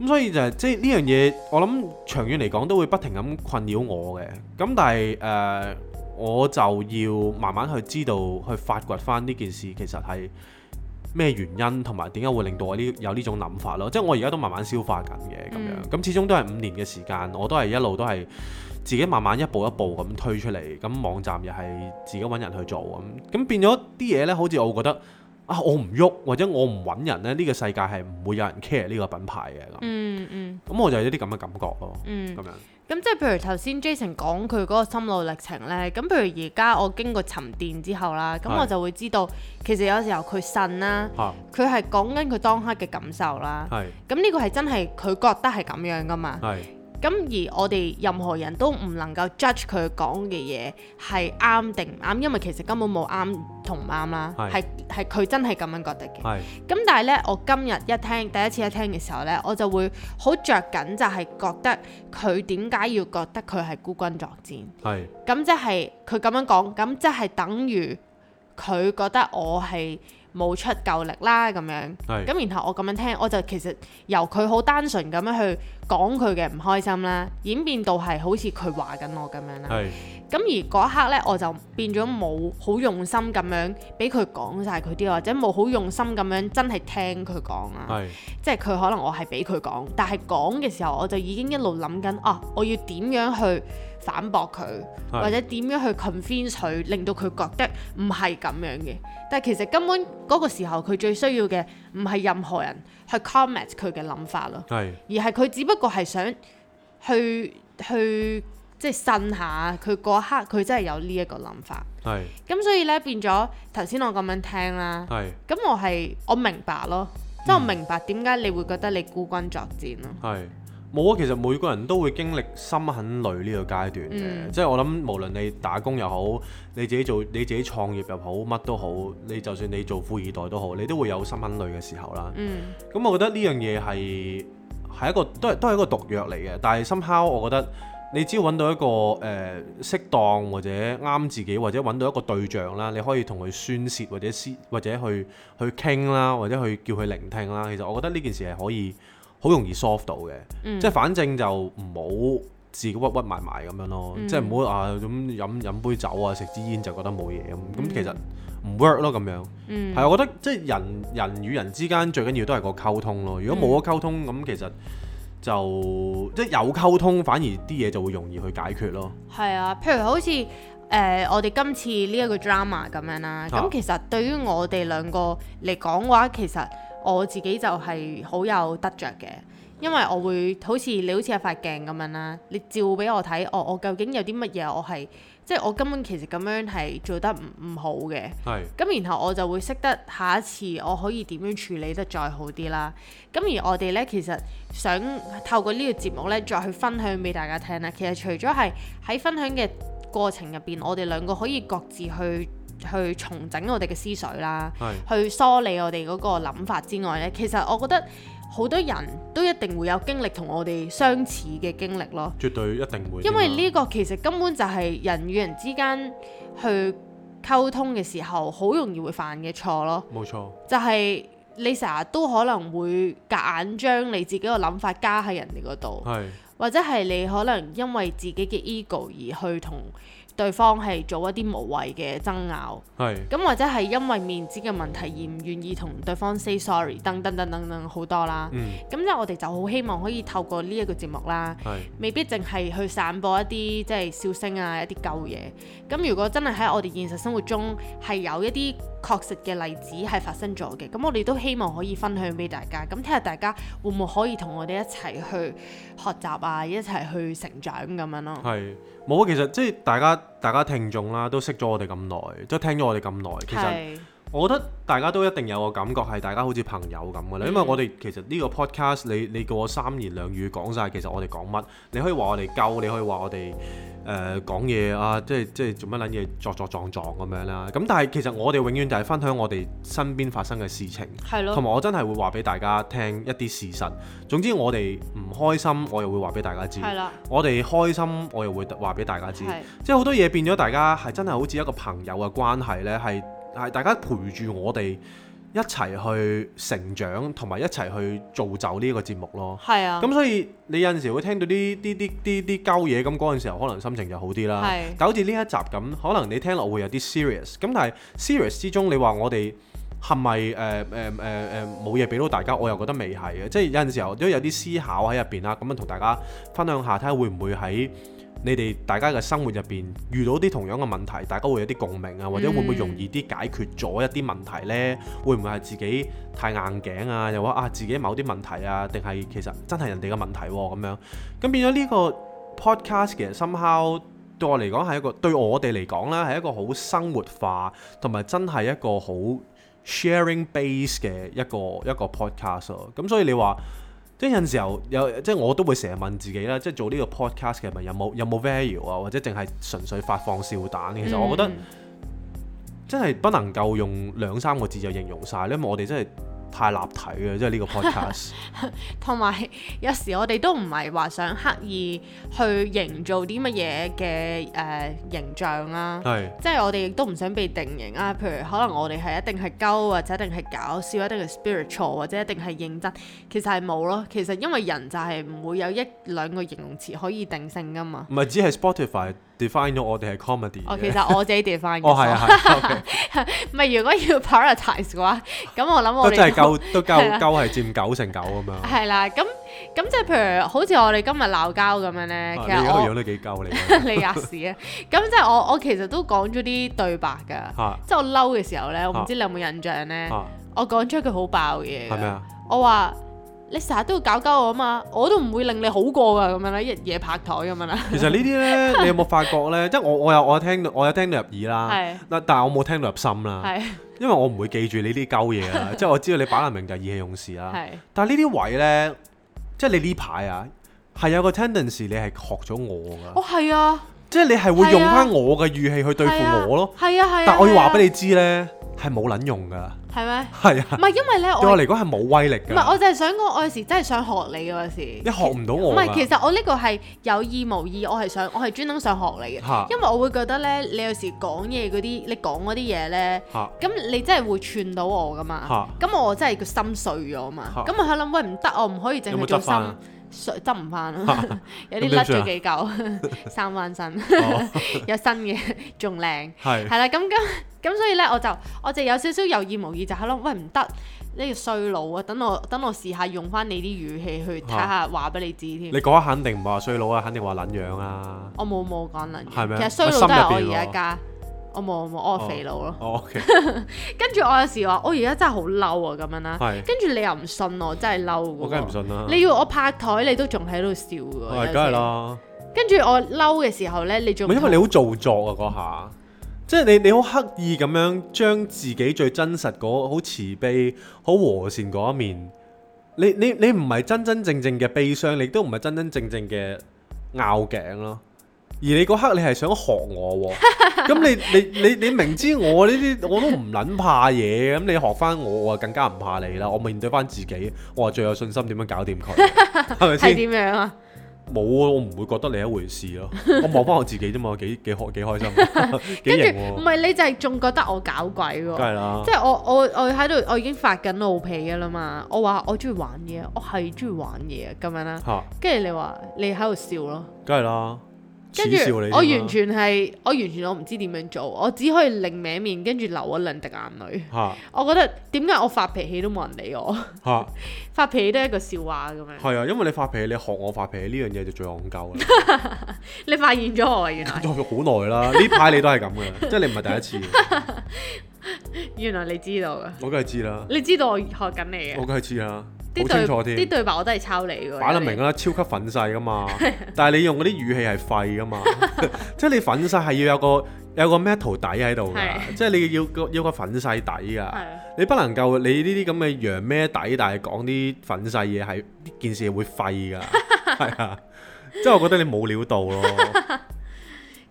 Speaker 1: 咁所以就係即係呢樣嘢，我諗長遠嚟講都會不停咁困擾我嘅。咁但係誒、呃我就要慢慢去知道，去發掘翻呢件事其實係咩原因，同埋點解會令到我呢有呢種諗法咯。即係我而家都慢慢消化緊嘅咁樣。咁、始終都係五年嘅時間，我都係一路都係自己慢慢一步一步咁推出嚟。咁網站又係自己揾人去做咁，咁變咗啲嘢呢，好似我會覺得。啊！我唔喐或者我唔揾人呢，呢、個世界係唔會有人 care 呢個品牌嘅咁。
Speaker 3: 嗯嗯
Speaker 1: 咁咁我就有啲咁嘅感覺咯，
Speaker 3: 嗯
Speaker 1: 咁。樣
Speaker 3: 咁即係譬如頭先 Jason 講佢嗰個心路歷程咧，咁譬如而家我經過沉澱之後啦，咁
Speaker 1: 係
Speaker 3: 我就會知道其實有時候佢呻啦，
Speaker 1: 嚇
Speaker 3: 佢係講緊佢當刻嘅感受啦。
Speaker 1: 係
Speaker 3: 咁呢個係真係佢覺得係咁樣噶嘛。
Speaker 1: 係
Speaker 3: 咁而我哋任何人都唔能夠 judge 佢講嘅嘢係啱定唔啱，因為其實根本冇啱同唔啱啦，
Speaker 1: 係
Speaker 3: 係係佢真係咁樣覺得嘅。
Speaker 1: 係
Speaker 3: 咁但係咧，我今日一聽第一次一聽嘅時候咧，我就會好着緊，就係覺得佢點解要覺得佢係孤軍作戰？
Speaker 1: 係
Speaker 3: 咁即係佢咁樣講，咁即係等於佢覺得我係冇出夠力啦咁樣。
Speaker 1: 係
Speaker 3: 咁然後我咁樣聽，我就其實由佢好單純咁樣去講佢嘅唔開心啦，演變到係好似佢話緊我咁樣啦。
Speaker 1: 係
Speaker 3: 咁而嗰一刻呢，我就變咗冇好用心咁樣俾佢講晒佢啲，或者冇好用心咁樣真係聽佢講啊。
Speaker 1: 係
Speaker 3: 即係佢可能我係俾佢講，但係講嘅時候我就已經一路諗緊啊，我要點樣去反駁佢，
Speaker 1: 係
Speaker 3: 或者點樣去 convince 佢，令到佢覺得唔係咁樣嘅。但係其實根本嗰個時候佢最需要嘅唔係任何人去 comment 佢嘅諗法咯。
Speaker 1: 係
Speaker 3: 而係佢只不過係想去去即係呻下佢嗰一刻，佢真係有呢一個諗法。
Speaker 1: 係
Speaker 3: 咁所以咧變咗頭先我咁樣聽啦，
Speaker 1: 係
Speaker 3: 咁我係我明白咯，即係我明白點解你會覺得你孤軍作戰咯。
Speaker 1: 係冇啊！其實每個人都會經歷心很累呢個階段嘅，
Speaker 3: 嗯
Speaker 1: 即係我諗，無論你打工又好，你自己做你自己創業又好，乜都好，你就算你做富二代都好，你都會有心很累嘅時候啦。
Speaker 3: 嗯
Speaker 1: 咁、我覺得呢樣嘢係係一個都係都係一個毒藥嚟嘅，但係 somehow 我覺得。你只要揾到一個誒、呃、適當或者啱自己，或者揾到一個對象啦，你可以同佢宣泄或者思或者去去傾啦，或者去叫佢聆聽啦。其實我覺得呢件事係可以好容易 solve 到嘅，
Speaker 3: 嗯
Speaker 1: 即係反正就唔好自己屈屈埋埋咁樣咯，
Speaker 3: 嗯
Speaker 1: 即係唔好啊咁飲飲杯酒啊，食支煙就覺得冇嘢咁。咁、
Speaker 3: 嗯
Speaker 1: 其實唔 work 咯咁樣，係、我覺得即係人人與人之間最緊要都係個溝通咯。如果冇咗溝通咁，其實就即係有溝通，反而啲嘢就會容易去解決咯。
Speaker 3: 係啊，譬如好似誒、呃我哋今次呢一個 drama 咁樣啦，咁、
Speaker 1: 啊
Speaker 3: 其實對於我哋兩個嚟講嘅話，其實我自己就係好有得着嘅，因為我會好似你好似有塊鏡咁樣啦，你照俾我睇，哦我我究竟有啲乜嘢我係即係我根本其實咁樣係做得唔唔好嘅。
Speaker 1: 係
Speaker 3: 咁然後我就會識得下一次我可以點樣處理得再好啲啦。咁而我哋呢，其實想透過呢個節目呢，再去分享俾大家聽啦。其實除咗係喺分享嘅過程入邊，我哋兩個可以各自去去重整我哋嘅思緒啦，
Speaker 1: 係
Speaker 3: 去梳理我哋嗰個諗法之外呢，其實我覺得好多人都一定會有經歷同我哋相似嘅經歷咯。
Speaker 1: 絕對一定會添
Speaker 3: 因
Speaker 1: 啦。
Speaker 3: 為呢個其實根本就係人與人之間去溝通嘅時候，好容易會犯嘅錯咯。
Speaker 1: 冇錯，
Speaker 3: 就係、你成日都可能會夾硬將你自己個諗法加喺人哋嗰度，
Speaker 1: 係
Speaker 3: 或者係你可能因為自己嘅 ego 而去同對方係做一啲無謂嘅爭拗。
Speaker 1: 係
Speaker 3: 咁或者係因為面子嘅問題而唔願意同對方 say sorry，等等等等等好多啦。
Speaker 1: 嗯
Speaker 3: 咁即係我哋就好希望可以透過呢一個節目啦，
Speaker 1: 係
Speaker 3: 未必淨係去散播一啲即係笑聲啊，一啲舊嘢。咁如果真係喺我哋現實生活中係有一啲確實嘅例子係發生咗嘅，咁我哋都希望可以分享俾大家。咁睇下大家會唔會可以同我哋一齊去學習啊，一齊去成長咁樣咯。
Speaker 1: 係冇啊！其實即係大家大家聽眾啦，都識咗我哋咁耐，即係聽咗我哋咁耐，其實。
Speaker 3: 係
Speaker 1: 我覺得大家都一定有個感覺係大家好似朋友咁嘅啦，因為
Speaker 3: 嗯
Speaker 1: 我哋其實呢個 podcast 你你叫我三言兩語講晒，其實我哋講乜，你可以話我哋鳩，你可以話我哋誒講嘢啊，即係即係做乜撚嘢作作撞撞咁樣啦。咁但係其實我哋永遠就係分享我哋身邊發生嘅事情。
Speaker 3: 係
Speaker 1: 同
Speaker 3: 咯，
Speaker 1: 埋我真係會話俾大家聽一啲事實。總之我哋唔開心，我又會話俾大家知；
Speaker 3: 係啦，
Speaker 1: 我哋開心，我又會話俾大家知。
Speaker 3: 係
Speaker 1: 即係好多嘢變咗，大家係真係好似一個朋友嘅關係呢，係係大家陪住我哋一齊去成長，同埋一齊去造就呢個節目咯。
Speaker 3: 係啊，
Speaker 1: 咁所以你有陣時會聽到啲啲啲啲啲鳩嘢，咁嗰陣時候可能心情就好啲啦。
Speaker 3: 啊係
Speaker 1: 但好似呢一集咁，可能你聽落會有啲 serious，咁但係 serious 之中，你話我哋係咪呃誒誒誒誒冇嘢俾到大家？我又覺得未係嘅，即係有陣時候都有啲思考喺入邊啊啦。咁樣同大家分享下，睇下會唔會喺你哋大家嘅生活入邊遇到啲同樣嘅問題，大家會有啲共鳴啊，或者會唔會容易啲解決咗一啲問題呢？會唔會係自己太硬頸啊？又話啊自己某啲問題啊，定係其實真係人哋嘅問題喎、咁樣。咁變咗呢個 podcast 其實 somehow 對我嚟講係一個對我哋嚟講啦，係一個好生活化同埋真係一個好 sharing base 嘅一個一個 podcast 咯。咁所以你話。即係有陣時候有，即係我都會成日問自己啦，即係做呢個 podcast 嘅咪有冇有冇 value 啊，或者淨係純粹發放笑彈？其實我覺得
Speaker 3: 嗯
Speaker 1: 真係不能夠用兩三個字就形容晒，因為我哋真係太立體嘅，即係呢個 podcast。
Speaker 3: 同埋有時我哋都唔係話想刻意去營造啲乜嘢嘅誒形象啊啦、
Speaker 1: 係
Speaker 3: 即係我哋亦都唔想被定型啊。譬如可能我哋係一定係鳩，或者一定係搞笑，一定係 spiritual，或者一定係認真。其實係冇咯。其實因為人就係唔會有一兩個形容詞可以定性噶嘛。
Speaker 1: 唔係只係 Spotify define 咗我哋係 comedy
Speaker 3: 哦，
Speaker 1: 嘅
Speaker 3: 其實我自己 define 嘅。
Speaker 1: 哦係啊 係，OK，
Speaker 3: 唔係如果要 prioritize 嘅話，咁我諗
Speaker 1: 都
Speaker 3: 我哋
Speaker 1: 真係夠都
Speaker 3: 係
Speaker 1: 夠
Speaker 3: 啊
Speaker 1: 夠係佔九成九咁樣。啊
Speaker 3: 係啦，咁咁即係譬如好似我哋今日鬧交咁樣咧，
Speaker 1: 啊你
Speaker 3: 啊其
Speaker 1: 而
Speaker 3: 實
Speaker 1: 家個
Speaker 3: 我
Speaker 1: 樣都幾夠你嘅
Speaker 3: 你吔屎啊！咁即係我我其實都講咗啲對白㗎，
Speaker 1: 嚇
Speaker 3: 即係我嬲嘅時候咧，我唔知你有冇印象咧，
Speaker 1: 嚇
Speaker 3: 我講咗一句好爆嘅嘢㗎，
Speaker 1: 啊係咪啊？
Speaker 3: 我話你成日都要搞鳩我啊嘛，我都唔會令你好過㗎咁樣啦，一夜拍台咁樣啦，
Speaker 1: 其實呢啲咧，你有冇發覺咧？即係我我有我有聽到我有聽到入耳啦，
Speaker 3: 係
Speaker 1: 但但係我冇聽到入心啦。
Speaker 3: 係
Speaker 1: 因為我唔會記住你呢啲鳩嘢啦，即係我知道你擺明明就係意氣用事啦。
Speaker 3: 係
Speaker 1: 但係呢啲位呢，即係你呢排啊，係有個 tendency 你係學咗我噶，
Speaker 3: 哦係啊，
Speaker 1: 即係你係會用
Speaker 3: 係啊
Speaker 1: 翻我嘅語氣去對付
Speaker 3: 係啊
Speaker 1: 我咯。
Speaker 3: 係啊係啊，
Speaker 1: 但我要話俾
Speaker 3: 你
Speaker 1: 你知呢，係冇撚用噶，
Speaker 3: 係咩？
Speaker 1: 係啊
Speaker 3: 唔，係因為
Speaker 1: 對
Speaker 3: 咧我
Speaker 1: 我。嚟講係冇威力
Speaker 3: 唔係，
Speaker 1: 噶，
Speaker 3: 我就係想講，我有時真係想學你嘅有時。
Speaker 1: 你學啊唔到
Speaker 3: 唔
Speaker 1: 我㗎。
Speaker 3: 係，其實我呢個係有意無意，我係想，我係專登想學你嘅，
Speaker 1: 嚇
Speaker 3: 因為我會覺得咧，你有時講嘢嗰啲，你講嗰啲嘢咧，
Speaker 1: 嚇
Speaker 3: 咁你真係會串到我噶嘛，咁我真係個心碎咗嘛，
Speaker 1: 嚇
Speaker 3: 咁我喺諗，喂唔得，我唔可以淨
Speaker 1: 有冇
Speaker 3: 係
Speaker 1: 執
Speaker 3: 做
Speaker 1: 翻啊
Speaker 3: 心。碎執唔翻啦， 有啲甩咗幾
Speaker 1: 啊
Speaker 3: 嚿，三翻身，
Speaker 1: 哦
Speaker 3: 有新嘅仲靚，
Speaker 1: 係
Speaker 3: 係啦，咁咁咁，所以咧我就我就有少少有意無意就係咯，喂唔得，呢個衰佬啊，等我等我試下用翻你啲語氣去睇下話俾你知添
Speaker 1: 你。講肯定唔係話衰佬啊，肯定話撚樣啊。
Speaker 3: 我冇冇講能
Speaker 1: 係咩
Speaker 3: 其實衰佬都係我而家加，我冇冇我
Speaker 1: 哦
Speaker 3: 肥佬咯。
Speaker 1: 哦，OK，
Speaker 3: 跟住我有時話我哦而家真係好嬲啊咁樣啦，
Speaker 1: 係
Speaker 3: 跟住你又唔信我，真係嬲㗎喎
Speaker 1: 我梗係唔信啦。
Speaker 3: 你要我拍台，你都仲喺度笑㗎喎。
Speaker 1: 係
Speaker 3: 有
Speaker 1: 梗係
Speaker 3: 時。
Speaker 1: 啦。
Speaker 3: 跟住我嬲嘅時候咧，你仲
Speaker 1: 唔係因為你好做作啊嗰下，即係你你好刻意咁樣將自己最真實嗰好慈悲、好和善嗰一面，你你你唔係真真正正嘅悲傷，你都唔係真真正正嘅拗頸咯。而你嗰刻你係想學 我喎，咁你你你你明知我呢啲我都唔撚怕嘢，咁你學翻我，我更加唔怕你啦。我面對翻自己，我係最有信心點樣搞掂佢，係咪
Speaker 3: 係
Speaker 1: 先？
Speaker 3: 點樣啊？
Speaker 1: 冇啊！我唔會覺得你一回事咯。 我望翻我自己啫嘛，幾幾開幾開心，啊 幾
Speaker 3: 跟
Speaker 1: 型
Speaker 3: 住唔
Speaker 1: 喎，
Speaker 3: 係你就係仲覺得我搞鬼
Speaker 1: 梗
Speaker 3: 喎。
Speaker 1: 係啦
Speaker 3: 即。係我我我喺度，我已經發緊怒脾㗎啦嘛。我話我中意玩嘢，我係中意玩嘢咁樣啦。
Speaker 1: 嚇，
Speaker 3: 跟住你話你喺度笑咯。
Speaker 1: 梗係啦。
Speaker 3: 跟
Speaker 1: 恥
Speaker 3: 住
Speaker 1: 笑你添啊啦
Speaker 3: 我完全係，我完全我唔知點樣做，我只可以擰歪面，跟住流咗兩滴眼淚。
Speaker 1: 嚇
Speaker 3: 我覺得點解我發脾氣都冇人理我，
Speaker 1: 嚇，
Speaker 3: 發脾氣都係一個笑話咁樣。
Speaker 1: 係啊，因為你發脾氣，你學我發脾氣呢樣嘢就最戇鳩 啦。
Speaker 3: 你發現咗我啊，原來
Speaker 1: 學咗好耐啦，呢排你都係咁嘅，即係你唔係第一次。
Speaker 3: 原來你知道㗎，
Speaker 1: 我梗係知 啦，
Speaker 3: 你知道我學緊你嘅
Speaker 1: 我梗係知啦，好
Speaker 3: 啲
Speaker 1: 清楚
Speaker 3: 對啲
Speaker 1: 添。
Speaker 3: 對白我都係抄你啊㗎。
Speaker 1: 擺得明啊啦，超級憤世噶 嘛，但係你用嗰啲語氣係廢噶嘛， 即係你憤世係要有個有個 metal 底喺度㗎，
Speaker 3: 係
Speaker 1: 即係你要個要個憤世底㗎。
Speaker 3: 係啊
Speaker 1: 你不能夠你呢啲咁嘅洋咩底，但係講啲粉細嘢係呢件事係會廢㗎，係啊，即係我覺得你冇料到咯，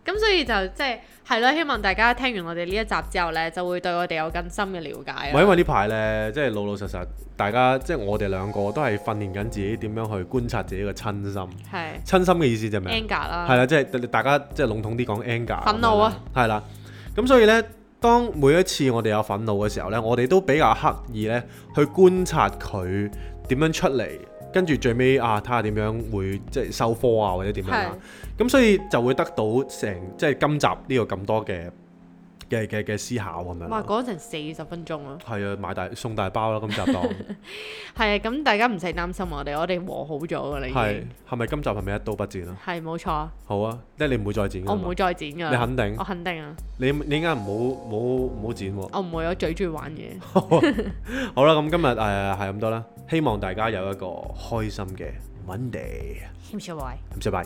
Speaker 3: 咁所以就即係係咯，希望大家聽完我哋呢一集之後呢，就會對我哋有更深嘅了解啊
Speaker 1: 唔
Speaker 3: 啦
Speaker 1: 係因為呢排呢，即係老老實實，大家即係我哋兩個都係訓練緊自己點樣去觀察自己嘅親心，
Speaker 3: 係
Speaker 1: 親心嘅意思就係咩啊
Speaker 3: anger 啦，
Speaker 1: 係啦，即係大家即係籠統啲講 anger，
Speaker 3: 憤
Speaker 1: 咁
Speaker 3: 怒啊
Speaker 1: 樣啦，係啦，咁所以呢，當每一次我哋有憤怒嘅時候呢，我哋都比較刻意呢去觀察佢點樣出嚟，跟住最尾啊睇下點樣會即係收科啊或者點樣啦，咁所以就會得到成即係今集呢個咁多嘅嘅嘅嘅思考咁樣
Speaker 3: 哇！
Speaker 1: 啦。
Speaker 3: 講成四十分鐘啊，
Speaker 1: 係啊，買大送大包啦，今 集當
Speaker 3: 係啊，咁大家唔使擔心我哋，我哋和好咗噶啦已
Speaker 1: 係
Speaker 3: 經，
Speaker 1: 係咪今集係咪一刀不剪啊？
Speaker 3: 係冇錯，
Speaker 1: 好啊，即係你唔會再剪㗎
Speaker 3: 我
Speaker 1: 啦
Speaker 3: 唔
Speaker 1: 嘛
Speaker 3: 會再剪噶，
Speaker 1: 你肯定
Speaker 3: 我肯定啊，
Speaker 1: 你你啱唔好唔好唔好剪喎。
Speaker 3: 我唔會，我最中意玩嘢，
Speaker 1: 好啦，咁今日誒呃係咁多啦，希望大家有一個開心嘅 Monday，
Speaker 3: 唔少位。
Speaker 1: 咁拜拜。